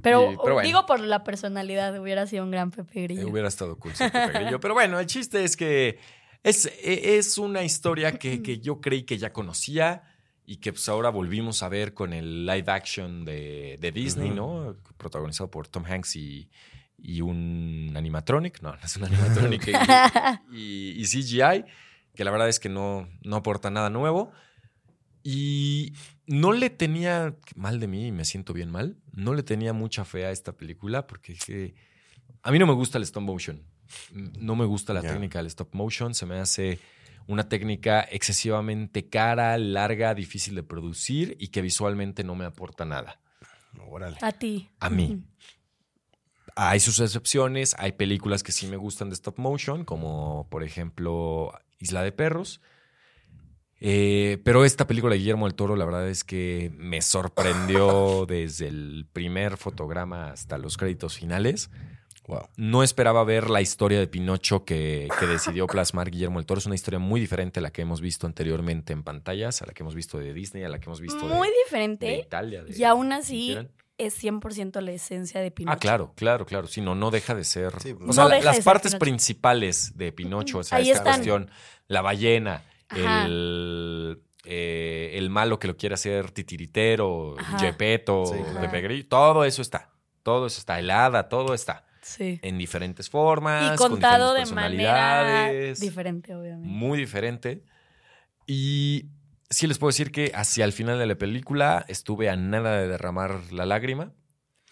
B: Pero,
A: Y- pero bueno.
B: digo por la personalidad, hubiera sido un gran Pepe
A: Eh,
B: Grillo.
A: hubiera estado cool ser Pepe Grillo. Pero bueno, el chiste es que es, e- es una historia que, que yo creí que ya conocía y que pues ahora volvimos a ver con el live action de, de Disney, ¿no? Protagonizado por Tom Hanks y, y un animatronic. No, no es un animatronic. y, y- y CGI, que la verdad es que no, no aporta nada nuevo. Y no le tenía, mal de mí, y me siento bien mal, no le tenía mucha fe a esta película porque dije, a mí no me gusta el stop motion. No me gusta la
C: Ya.
A: técnica del stop motion. Se me hace una técnica excesivamente cara, larga, difícil de producir y que visualmente no me aporta nada.
C: Órale.
B: A ti.
A: A mí. Hay sus excepciones, hay películas que sí me gustan de stop motion, como por ejemplo Isla de Perros. Eh, pero esta película de Guillermo del Toro, la verdad es que me sorprendió desde el primer fotograma hasta los créditos finales.
C: Wow.
A: No esperaba ver la historia de Pinocho que, que decidió plasmar Guillermo del Toro. Es una historia muy diferente a la que hemos visto anteriormente en pantallas, a la que hemos visto de Disney, a la que hemos visto de-
B: Muy
A: de,
B: diferente.
A: Italia. de-
B: y aún
A: si
B: así,
A: quieran.
B: Es 100% la esencia de Pinocho.
A: Ah, claro, claro, claro. Sí, no, no deja de ser.
C: Sí, pues.
A: o sea,
B: No
A: la-
B: deja de
A: las
B: ser
A: partes
B: Pinocho.
A: principales de Pinocho, o sea,
B: Ahí
A: esta
B: están.
A: cuestión, la ballena,
B: Ajá.
A: el, eh, el malo que lo quiere hacer titiritero,
B: Ajá.
A: Gepetto,
C: Sí, claro.
A: Pepe Grillo, todo eso está. Todo eso está, helada, todo está.
B: Sí.
A: En diferentes formas,
B: y contado
A: con
B: de
A: diferentes
B: manera
A: personalidades
B: diferente, obviamente.
A: muy diferente. Y sí les puedo decir que hacia el final de la película estuve a nada de derramar la lágrima.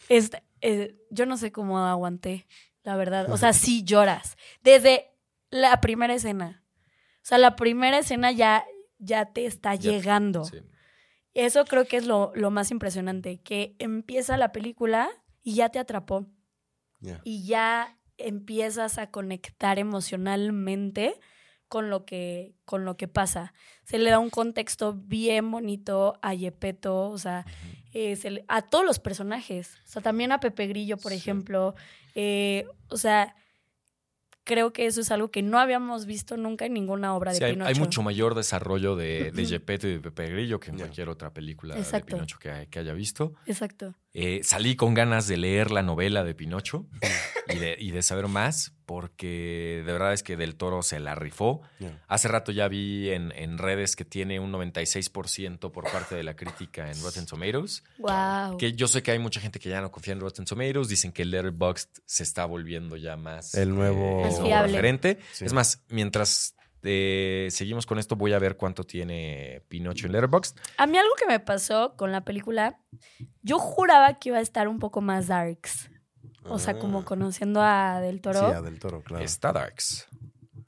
B: Este, eh, yo no sé cómo aguanté, la verdad. O sea, sí lloras. Desde la primera escena. O sea, la primera escena ya, ya te está
A: Ya-
B: llegando.
A: Sí.
B: Eso creo que es lo, lo más impresionante, que empieza la película y ya te atrapó.
C: Ya.
B: y ya empiezas a conectar emocionalmente con lo que, con lo que pasa. Se le da un contexto bien bonito a Yepeto, o sea, eh, se le- a todos los personajes. O sea, también a Pepe Grillo, por
A: Sí.
B: ejemplo. Eh, o sea, creo que eso es algo que no habíamos visto nunca en ninguna obra
A: Sí,
B: de
A: hay,
B: Pinocho.
A: hay mucho mayor desarrollo de, de
B: Ujú.
A: Gepetto y de Pepe Grillo que en
C: Ya.
A: cualquier otra película
B: Exacto.
A: de Pinocho que, que haya visto.
B: Exacto.
A: Eh, salí con ganas de leer la novela de Pinocho y de, y de saber más, porque de verdad es que Del Toro se la rifó.
C: Ya.
A: Hace rato ya vi en, en redes que tiene un 96% por parte de la crítica en Rotten Tomatoes.
B: Wow.
A: Que yo sé que hay mucha gente que ya no confía en Rotten Tomatoes, dicen que Letterboxd se está volviendo ya más eh,
C: El nuevo-
B: Más fiable.
A: referente.
C: Sí.
A: Es más, mientras eh, seguimos con esto, voy a ver cuánto tiene Pinocho en Letterboxd.
B: A mí algo que me pasó con la película, yo juraba que iba a estar un poco más darks. O sea, como
C: Ah.
B: conociendo a Del Toro.
C: Sí, a Del Toro, claro.
A: Está Darks.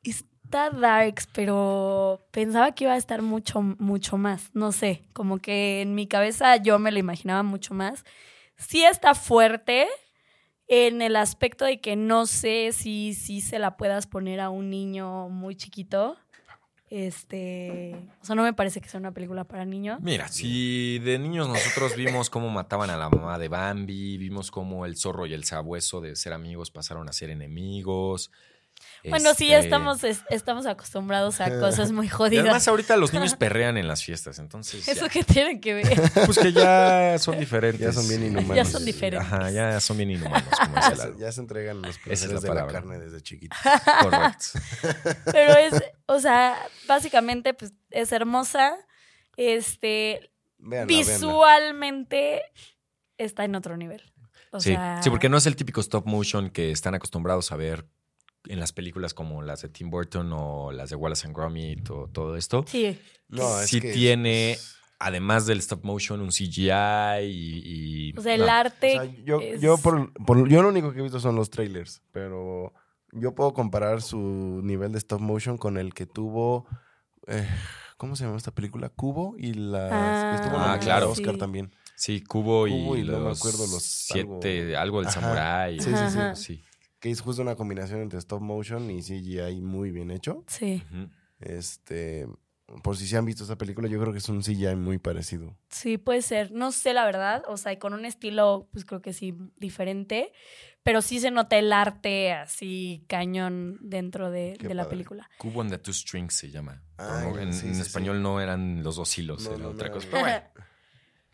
B: Está darks, pero pensaba que iba a estar mucho, mucho más. No sé, como que en mi cabeza yo me lo imaginaba mucho más. Sí está fuerte en el aspecto de que no sé si, si se la puedas poner a un niño muy chiquito. Este, o sea, no me parece que sea una película para niños.
A: Mira, si de niños nosotros vimos cómo mataban a la mamá de Bambi, vimos cómo el zorro y el sabueso de ser amigos pasaron a ser enemigos.
B: Bueno, sí, ya
A: Este,
B: estamos, es- estamos acostumbrados a cosas muy
A: Y además
B: jodidas.
A: ahorita los niños perrean en las fiestas, entonces...
B: ¿Eso
A: ya.
B: que tiene que ver?
A: Pues que ya son diferentes.
C: Ya son bien inhumanos.
B: Ya son diferentes.
A: Ajá, ya son bien inhumanos. Como dice
C: Ya
A: el
C: se,
A: álbum.
C: ya se entregan los
A: Esa es la
C: placeres de la
A: palabra.
C: carne desde chiquitos.
A: Correcto.
B: Pero es, o sea, básicamente pues, es hermosa. Este,
C: Véanla, véanla.
B: visualmente está en otro nivel. O
A: Sí.
B: sea,
A: sí, porque no es el típico stop motion que están acostumbrados a ver en las películas como las de Tim Burton o las de Wallace and Gromit o todo esto.
B: Sí,
C: No, es
A: sí
C: que-
A: tiene- Además del stop motion, un CGI y... y-
B: o sea, el
A: no.
C: O
B: arte.
C: sea, yo,
B: es-
C: yo, por, por- yo lo único que he visto son los trailers, pero yo puedo comparar su nivel de stop motion con el que tuvo, eh, ¿cómo se llama esta película? Cubo y las,
B: Ah,
C: que estuvo
A: Ah,
C: nominada al
A: claro.
C: Oscar
B: sí.
C: también.
A: Sí, Cubo y,
C: Cubo y no
A: los
C: me acuerdo los-
A: siete, algo, del
C: Ajá.
A: samurái.
C: Sí,
B: Ajá,
C: sí,
B: ajá.
C: sí, Que es justo una combinación entre stop motion y CGI muy bien hecho.
B: Sí,
A: Ujú.
C: Este, por si se han visto esta película, yo creo que es un CGI muy parecido.
B: sí, puede ser. No sé la verdad, o sea, y con un estilo, pues creo que sí, diferente. Pero sí se nota el arte así cañón dentro de,
C: Qué
B: de la
C: padre.
B: película.
A: Cubo and the Two Strings se llama.
C: Ah,
A: Pero no-
C: ya,
A: en
C: sí,
A: en
C: sí, sí.
A: español no eran los dos hilos,
C: No,
A: era
C: no,
A: otra
C: no,
A: cosa.
C: no.
A: Pero bueno,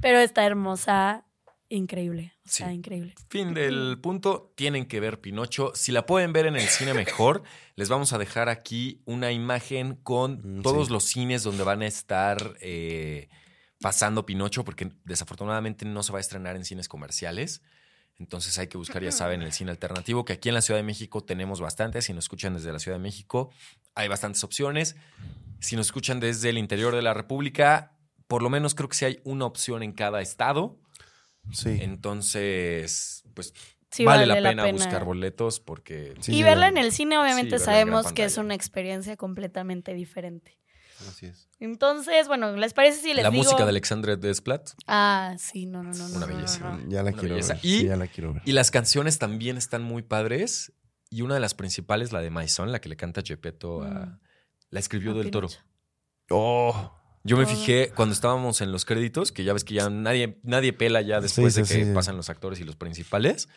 B: Pero está hermosa, increíble. O sea,
A: Sí.
B: increíble.
A: Fin del punto, tienen que ver Pinocho. Si la pueden ver en el cine mejor, les vamos a dejar aquí una imagen con
C: Mm,
A: todos
C: sí.
A: los cines donde van a estar eh, pasando Pinocho, porque desafortunadamente no se va a estrenar en cines comerciales. Entonces hay que buscar, ya saben, el cine alternativo, que aquí en la Ciudad de México tenemos bastantes. Si nos escuchan desde la Ciudad de México, hay bastantes opciones. Si nos escuchan desde el interior de la República, por lo menos creo que sí hay una opción en cada estado.
C: Sí.
A: Entonces, pues
B: Sí,
A: vale, la, pena buscar boletos porque
C: Sí,
B: y
C: sí,
B: verla en
C: vale.
B: el cine, obviamente
A: Sí, verla en gran
B: sabemos que es
A: pantalla.
B: una experiencia completamente diferente.
C: Así es.
B: Entonces, bueno, ¿les parece si les
A: la
B: digo?
A: música de Alexandre Desplat
B: Ah, sí, no, no, no.
A: Una
B: no, no, no,
A: belleza.
B: no.
C: Ya la
A: Una
C: quiero ver.
A: belleza.
C: sí,
A: Y-
C: ya la quiero ver.
A: y las canciones también están muy padres y una de las principales, la de Maison, la que le canta Gepetto a...
B: Mm.
A: La escribió
B: A
A: del Toro.
B: Pinocho.
C: Oh,
A: Yo me
B: Todo.
A: fijé cuando estábamos en los créditos, que ya ves que ya nadie, nadie pela ya
C: Sí,
A: después de
C: sí,
A: que
C: sí.
A: pasan los actores y los principales.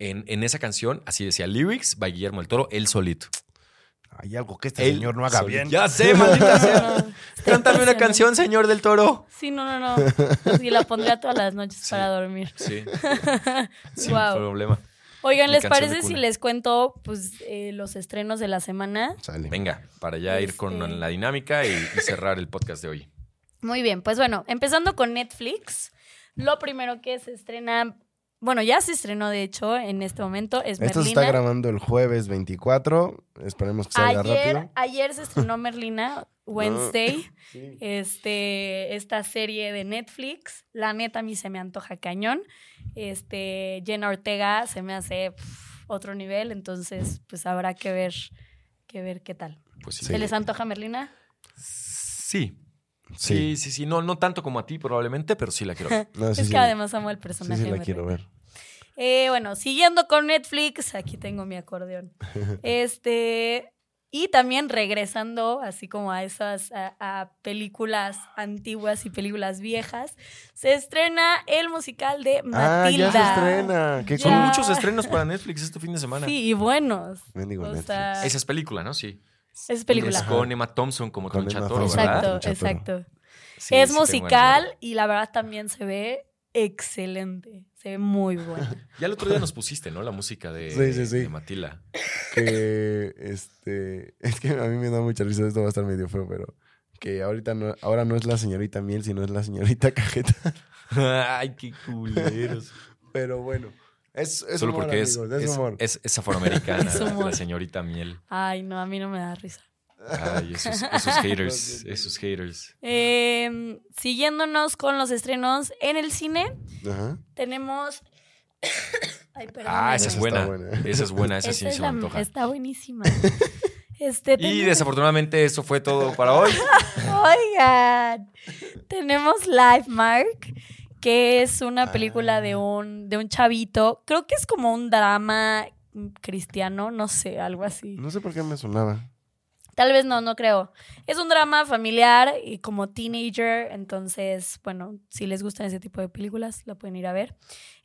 A: En, en esa canción, así decía, lyrics by Guillermo del Toro, él solito.
C: hay algo que este
A: Él
C: señor no haga
A: solito.
C: bien.
A: Ya sé, maldita sea.
B: No, no, no.
A: Cántame
B: Está
A: una
B: impresionante.
A: canción, señor del Toro.
B: Sí, no, no, no. Sí, la pondría todas las noches
A: Sí.
B: para dormir.
A: Sí, sin
B: Guau.
A: problema.
B: Oigan,
A: Mi
B: ¿les
A: canción de
B: parece si
A: cuna.
B: les cuento pues eh, los estrenos de la semana?
C: Sale.
A: Venga, para ya ir
B: Este.
A: con la dinámica y, y cerrar el podcast de hoy.
B: Muy bien, pues bueno, empezando con Netflix, lo primero que se estrena, bueno, ya se estrenó de hecho en este momento, es
C: Esto se
B: Merlina.
C: está grabando el jueves 24. Esperemos que salga
B: ayer,
C: rápido.
B: ayer se estrenó Merlina, Wednesday, este, esta serie de Netflix. La neta a mí se me antoja cañón. Este, Jenna Ortega se me hace pf, otro nivel, entonces pues habrá que ver, que ver qué tal.
A: Pues sí.
B: ¿Se les antoja Merlina?
A: Sí. Sí,
C: Sí.
A: sí, sí. No, no tanto como a ti probablemente, pero sí la quiero. ver.
C: No, Ah, sí,
B: es
C: sí,
B: que además amo el
C: sí,
B: personaje.
C: sí
B: de
C: la
B: Merlina.
C: quiero ver.
B: Eh, bueno, siguiendo con Netflix, aquí tengo mi acordeón. Este, Y también regresando, así como a esas a, a películas antiguas y películas viejas, se estrena el musical de
C: Ah, ya
B: Matilda.
C: se estrena. Qué
B: Ya.
A: Son
C: cool.
A: muchos estrenos para Netflix este fin de semana.
B: Sí, y buenos.
C: Mendigo
B: O
C: Netflix.
B: sea,
A: Esa es película, ¿no? Sí.
B: Es película.
A: Es
C: Ajá.
A: con Emma Thompson como
C: Con
A: Toncha
C: Emma
A: Toro,
C: Thompson.
A: ¿verdad?
B: Exacto,
C: Mucho,
B: exacto.
A: Sí,
B: es
A: sí, tengo ganas de
B: musical
A: verla.
B: y la verdad también se ve excelente. Se ve muy buena.
A: Ya el otro día nos pusiste, ¿no? La música de,
C: Sí, sí, sí.
A: de Matilda.
C: que este es que a mí me da mucha risa esto va a estar medio feo pero que ahorita no ahora no es la señorita miel sino es la señorita cajeta
A: Ay, qué culeros.
C: pero bueno es, es
A: Solo
C: humor,
A: porque es,
C: amigos, es
A: es,
C: humor.
A: es- es afroamericana,
B: Es humor.
A: la señorita Miel.
B: Ay, no, a mí no me da risa.
A: Ay, esos, esos haters, esos haters.
B: Eh, siguiéndonos con los estrenos en el cine,
C: Ajá.
B: tenemos. Ay, perdón.
A: Ah, esa
C: Esa
A: es
C: está
A: buena.
C: buena.
A: Esa es buena, esa sí
B: Esa es
A: se me
B: la-
A: antoja.
B: Está buenísima. Este,
A: Y
B: tenemos-
A: desafortunadamente eso fue todo para hoy.
B: Oigan, tenemos Live Mark, que es una película
C: Ah.
B: de un, de un chavito. Creo que es como un drama cristiano, no sé, algo así.
C: no sé por qué me sonaba
B: Tal vez no, no creo. Es un drama familiar y como teenager, entonces, bueno, si les gustan ese tipo de películas, la pueden ir a ver.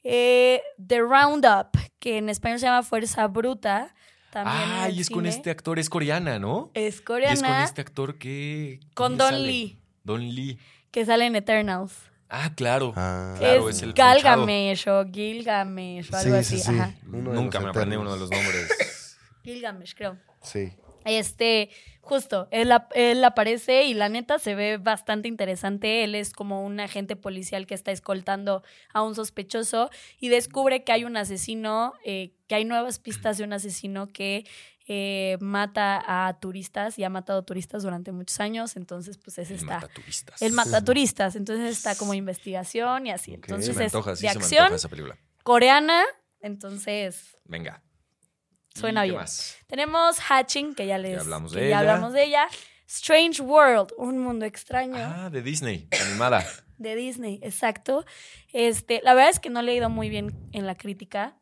B: Eh, The Roundup, que en español se llama Fuerza Bruta. También en
A: Ay,
B: el
A: es con
B: cine.
A: este actor, es coreana, ¿no?
B: Es
A: Y es con
B: coreana,
A: este actor que...
B: con
A: ¿quién
B: Don
A: sale?
B: Lee,
A: Don Lee.
B: que sale en Eternals.
A: Ah, claro.
C: Ah.
A: Claro,
B: es
A: es el
B: Galgamesh o Gilgamesh o algo así. Ajá.
C: Uno de
A: Nunca
C: los
A: me aprendí
C: eternos.
A: uno de los nombres.
B: Gilgamesh, creo.
C: sí
B: Este, justo, él, ap- él aparece y la neta se ve bastante interesante. Él es como un agente policial que está escoltando a un sospechoso y descubre que hay un asesino, eh, que hay nuevas pistas de un asesino que eh, mata a turistas y ha matado turistas durante muchos años. Entonces, pues es
A: El
B: esta.
A: Mataturistas.
B: Él mata turistas, entonces está como investigación y así.
A: Sí
C: Ok.
B: Entonces
A: me
B: es
A: antoja, sí
B: de
A: se me antoja
B: acción
A: esa película.
B: coreana, entonces
A: Venga.
B: Suena
A: ¿Y
B: bien.
A: ¿Qué más?
B: tenemos Hatching, que ya les
A: hablamos
B: que
A: de
B: ya
A: ella.
B: hablamos de ella. Strange World, un mundo extraño
A: Ah, de Disney, animada.
B: de Disney, exacto. Este, la verdad es que no le ha ido muy bien en la crítica.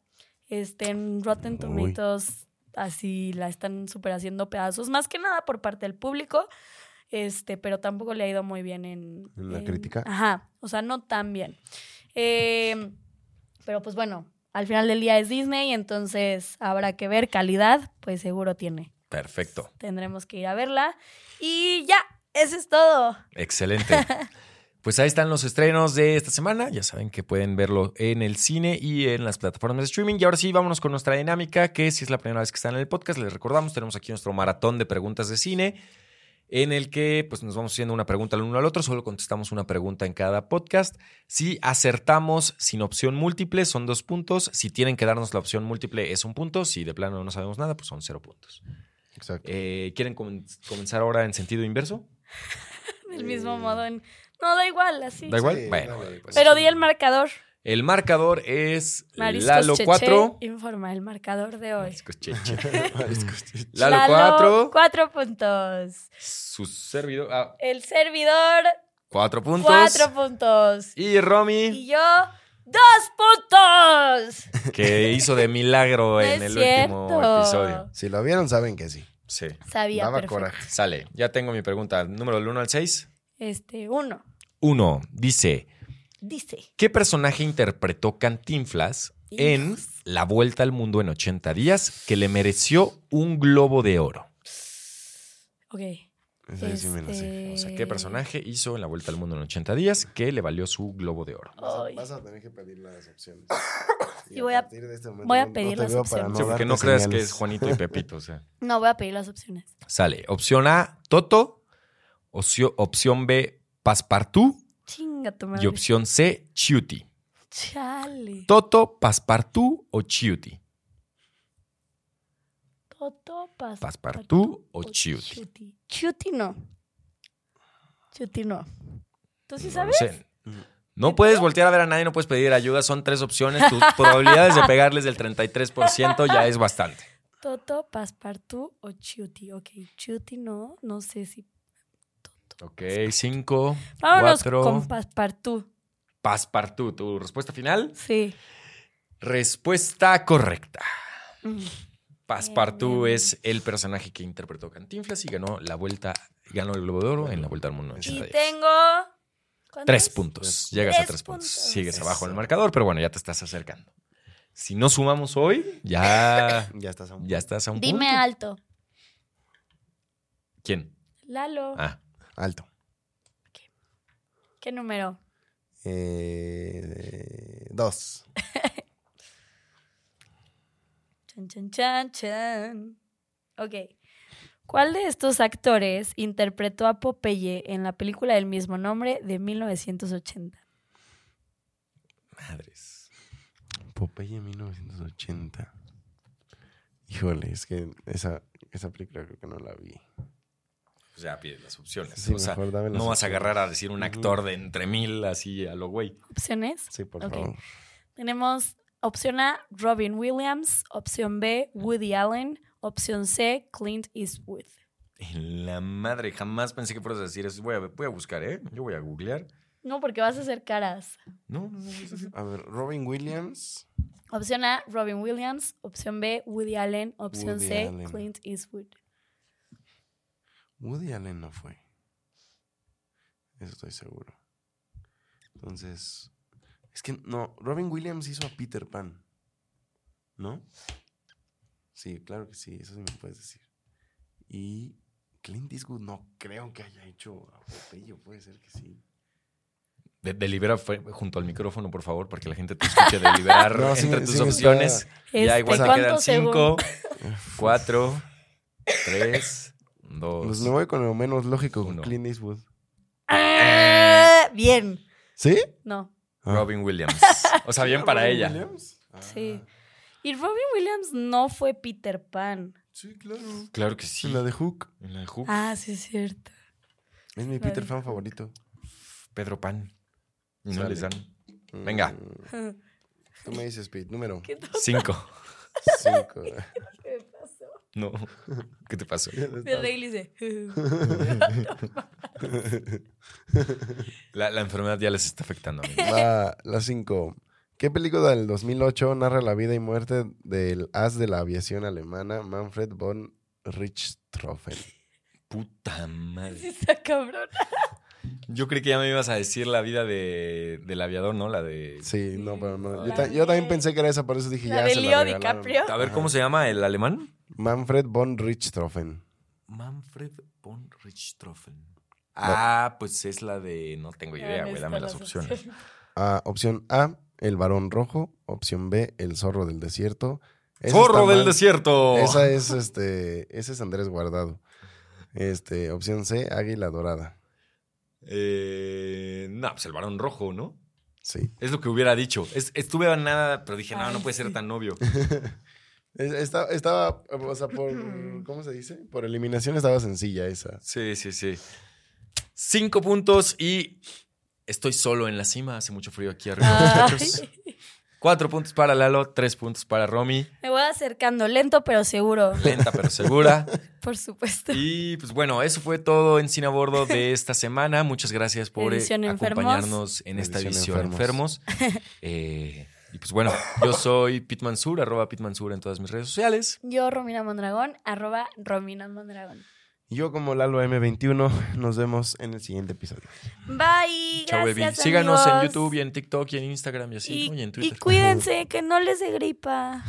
B: Este, en Rotten
C: Uy.
B: Tomatoes así la están super haciendo pedazos, más que nada por parte del público. Este, pero tampoco le ha ido muy bien en,
C: ¿En la crítica?
B: Ajá, o sea, no tan bien. Eh, pero pues bueno, al final del día es Disney, entonces habrá que ver calidad, pues seguro tiene.
A: Perfecto.
B: Tendremos que ir a verla. Y ya, eso es todo.
A: Excelente. Pues ahí están los estrenos de esta semana. Ya saben que pueden verlo en el cine y en las plataformas de streaming. Y ahora sí, vámonos con nuestra dinámica, que si es la primera vez que están en el podcast, les recordamos, tenemos aquí nuestro maratón de preguntas de cine, en el que pues, nos vamos haciendo una pregunta al uno al otro, solo contestamos una pregunta en cada podcast. Si acertamos sin opción múltiple, son dos puntos. Si tienen que darnos la opción múltiple, es un punto. Si de plano no sabemos nada, pues son cero puntos.
C: exacto
A: Eh, ¿Quieren comen- comenzar ahora en sentido inverso?
B: Del mismo
C: Eh.
B: modo. en- No, da igual, así.
A: ¿Da igual?
C: Sí,
A: bueno,
C: dale,
A: pues-
B: Pero di el marcador.
A: El marcador es
B: Mariscos
A: Lalo
B: Cheche
A: 4.
B: Informa el marcador de hoy.
A: Mariscos Cheche.
C: pues, Escuché.
A: Lalo
B: Lalo,
A: 4.
B: Cuatro puntos.
A: Su servidor. ah,
B: El servidor,
A: 4 puntos.
B: cuatro puntos.
A: Y
B: Y
A: Romy,
B: yo, dos puntos.
A: que hizo de milagro
B: No
A: en
B: es
A: el último
B: cierto.
A: episodio.
C: si lo vieron saben que sí
A: Sí.
B: Sabía
C: daba
B: perfecto.
C: coraje
A: Sale. Ya tengo mi pregunta. Número del 1 al 6.
B: Este, uno.
A: 1. Dice:
B: Dice.
A: ¿Qué personaje interpretó Cantinflas en La Vuelta al Mundo en 80 Días que le mereció un globo de oro?
B: Ok.
C: Esa sí me la sé.
B: Este,
A: O
B: Eh.
A: sea, ¿qué personaje hizo en La Vuelta al Mundo en 80 Días que le valió su globo de oro?
C: Vas a-
B: Ay.
C: Vas a tener que pedir las opciones.
B: Sí, voy a-
C: partir de este momento
B: voy a
C: no- no
B: pedir
C: te
B: las
C: veo para
B: opciones.
A: Sí, porque
C: darte
A: no creas que
C: señales.
A: es Juanito y Pepito, o sea.
B: No, voy a pedir las opciones.
A: Sale. Opción A, Toto. Ocio- opción B, Passepartout.
B: Chinga tu
A: Y
B: madre.
A: opción C, Chiuti.
B: Chale.
A: Toto, Passepartout o Chiuti.
B: Toto, pas-
A: Passepartout o Chiuti.
B: Chuti. Chuti no. Chuti no. ¿Tú sí
A: No
B: sabes?
A: lo sé. No puedes voltear a ver a nadie, no puedes pedir ayuda. Son tres opciones. Tus probabilidades de pegarles del 33% ya es bastante.
B: Toto, Paspartu o Chuti. Ok, Chuti no. No sé si.
A: Ok, cinco,
B: Vámonos
A: cuatro.
B: con Paspartu.
A: Passepartout. ¿Tu respuesta final?
B: Sí.
A: Respuesta correcta.
B: Mm.
A: Passepartout
B: Bien, bien.
A: es el personaje que interpretó Cantinflas y ganó la vuelta, ganó el Globo de Oro en la Vuelta al Mundo. en
B: Y
A: 80 días.
B: tengo. ¿cuántos?
A: Tres puntos.
C: Tres.
A: Llegas a
B: Tres
A: tres puntos.
B: puntos.
A: Sigues abajo en el
C: Eso.
A: marcador, pero bueno, ya te estás acercando. Si no sumamos hoy, ya,
C: Ya estás a un
A: ya estás a un
B: Dime
A: punto.
B: alto.
A: ¿Quién?
B: Lalo.
A: Ah,
C: alto.
B: ¿Qué número?
C: Eh, dos.
B: Chan, chan, chan, chan. Ok. ¿Cuál de estos actores interpretó a Popeye en la película del mismo nombre de 1980?
A: madres.
C: Popeye 1980. Híjole, es que esa, esa película creo que no la vi.
A: O sea, pide Pues las opciones.
C: Sí,
A: o sea,
C: mejor dame las
A: no vas a agarrar a decir un
C: Ujú.
A: actor de entre mil así a lo güey.
B: ¿Opciones?
C: Sí, por
B: Ok.
C: favor.
B: Tenemos opción A, Robin Williams. Opción B, Woody Allen. Opción C, Clint Eastwood.
A: En la madre, jamás pensé que fueras a decir eso. Voy a, voy a buscar, ¿eh? Yo voy a googlear.
B: No, porque vas a hacer caras.
A: No, no, no. es así.
C: A ver, Robin Williams.
B: Opción A, Robin Williams. Opción B, Woody Allen. Opción
C: Woody
B: C,
C: Allen.
B: Clint Eastwood.
C: Woody Allen no fue. Eso estoy seguro. Entonces, es que no, Robin Williams hizo a Peter Pan. ¿No? Sí, claro que sí, eso sí me puedes decir. Y Clint Eastwood no creo que haya hecho a Popeye, puede ser que sí.
A: De- delibera fue- junto al micrófono, por favor, para que la gente te escuche deliberar
C: No, sí,
A: entre
C: sí
A: tus
C: me está-
A: opciones. ya
B: Este,
A: igual te
B: ¿cuántos
A: quedan
B: segundos?
A: cinco, cuatro, tres,
C: Pues
A: dos.
C: me voy con lo menos lógico, con
A: Uno.
C: Clint Eastwood.
A: Eh.
B: Ah, bien.
C: ¿Sí?
B: No.
C: Ah.
A: Robin Williams. O sea, bien para ella.
B: Sí.
C: Ah,
B: Y Robin Williams no fue Peter Pan.
C: Sí, claro.
A: Claro que sí.
C: La de Hook.
A: En la de Hook.
B: Ah, sí, es cierto.
C: Es mi
B: La de
C: Peter Fan
B: Hook.
C: favorito.
A: Pedro Pan. Y no
C: Sale.
A: les dan. Venga.
C: Mm, Tú me dices, Pete, número
B: ¿Qué tal?
A: Cinco.
C: cinco.
B: ¿Qué pasó?
A: No. ¿Qué te pasó?
B: Me reí y le hice.
A: La, la enfermedad ya les está afectando. amigos.
C: Va, la cinco. ¿Qué película del 2008 narra la vida y muerte del as de la aviación alemana Manfred von Richthofen?
A: Puta
B: Sí,
A: madre.
B: está cabrón.
A: Yo creí que ya me ibas a decir la vida de, del aviador, ¿no? La de.
C: Sí, no, pero no. Yo,
B: La
C: ta- yo también
B: de-
C: pensé que era esa, por eso dije
B: la
C: ya.
B: de
C: se
B: Leo
C: regalaron.
B: DiCaprio.
A: A ver, ¿cómo se llama el alemán?
C: Manfred von Richthofen.
A: Manfred von Richthofen. Ah, pues es la de. No tengo idea, güey. Dame las opciones.
C: Ah, opción A, el varón rojo. Opción B, el zorro del desierto. Esa
A: ¡Zorro
C: está
A: del
C: mal.
A: desierto!
C: Esa es este. Ese es Andrés Guardado. Este, opción C, águila dorada.
A: Eh, no, pues el varón rojo, ¿no?
C: Sí.
A: Es lo que hubiera dicho. Es- estuve a nada, pero dije, no,
B: Ay,
A: no puede ser
B: sí.
A: tan obvio.
C: Es- esta- estaba, o sea, por. ¿Cómo se dice? Por eliminación estaba sencilla esa.
A: Sí, sí, sí. Cinco puntos y estoy solo en la cima. Hace mucho frío aquí arriba.
B: Ay,
A: Cuatro puntos para Lalo, tres puntos para Romy.
B: me voy acercando, lento pero seguro.
A: Lenta pero segura.
B: Por supuesto.
A: Y pues bueno, eso fue todo en Cine a Bordo de esta semana. Muchas gracias por eh,
B: Edición Enfermos.
A: acompañarnos en esta edición
C: Edición
A: Enfermos.
C: Enfermos.
A: Eh, y pues bueno, yo soy Pit Mansur, arroba Pit Mansur en todas mis redes sociales.
B: Yo, Romina Mondragón, arroba Romina Mondragón.
C: Yo, como Lalo M21, nos vemos en el siguiente episodio.
B: Bye.
A: Chao, baby.
B: gracias,
A: Síganos en
B: amigos.
A: YouTube y en TikTok y en Instagram y así, ¿no? Y en
B: y, y
A: Twitter.
B: cuídense, que no les dé gripa.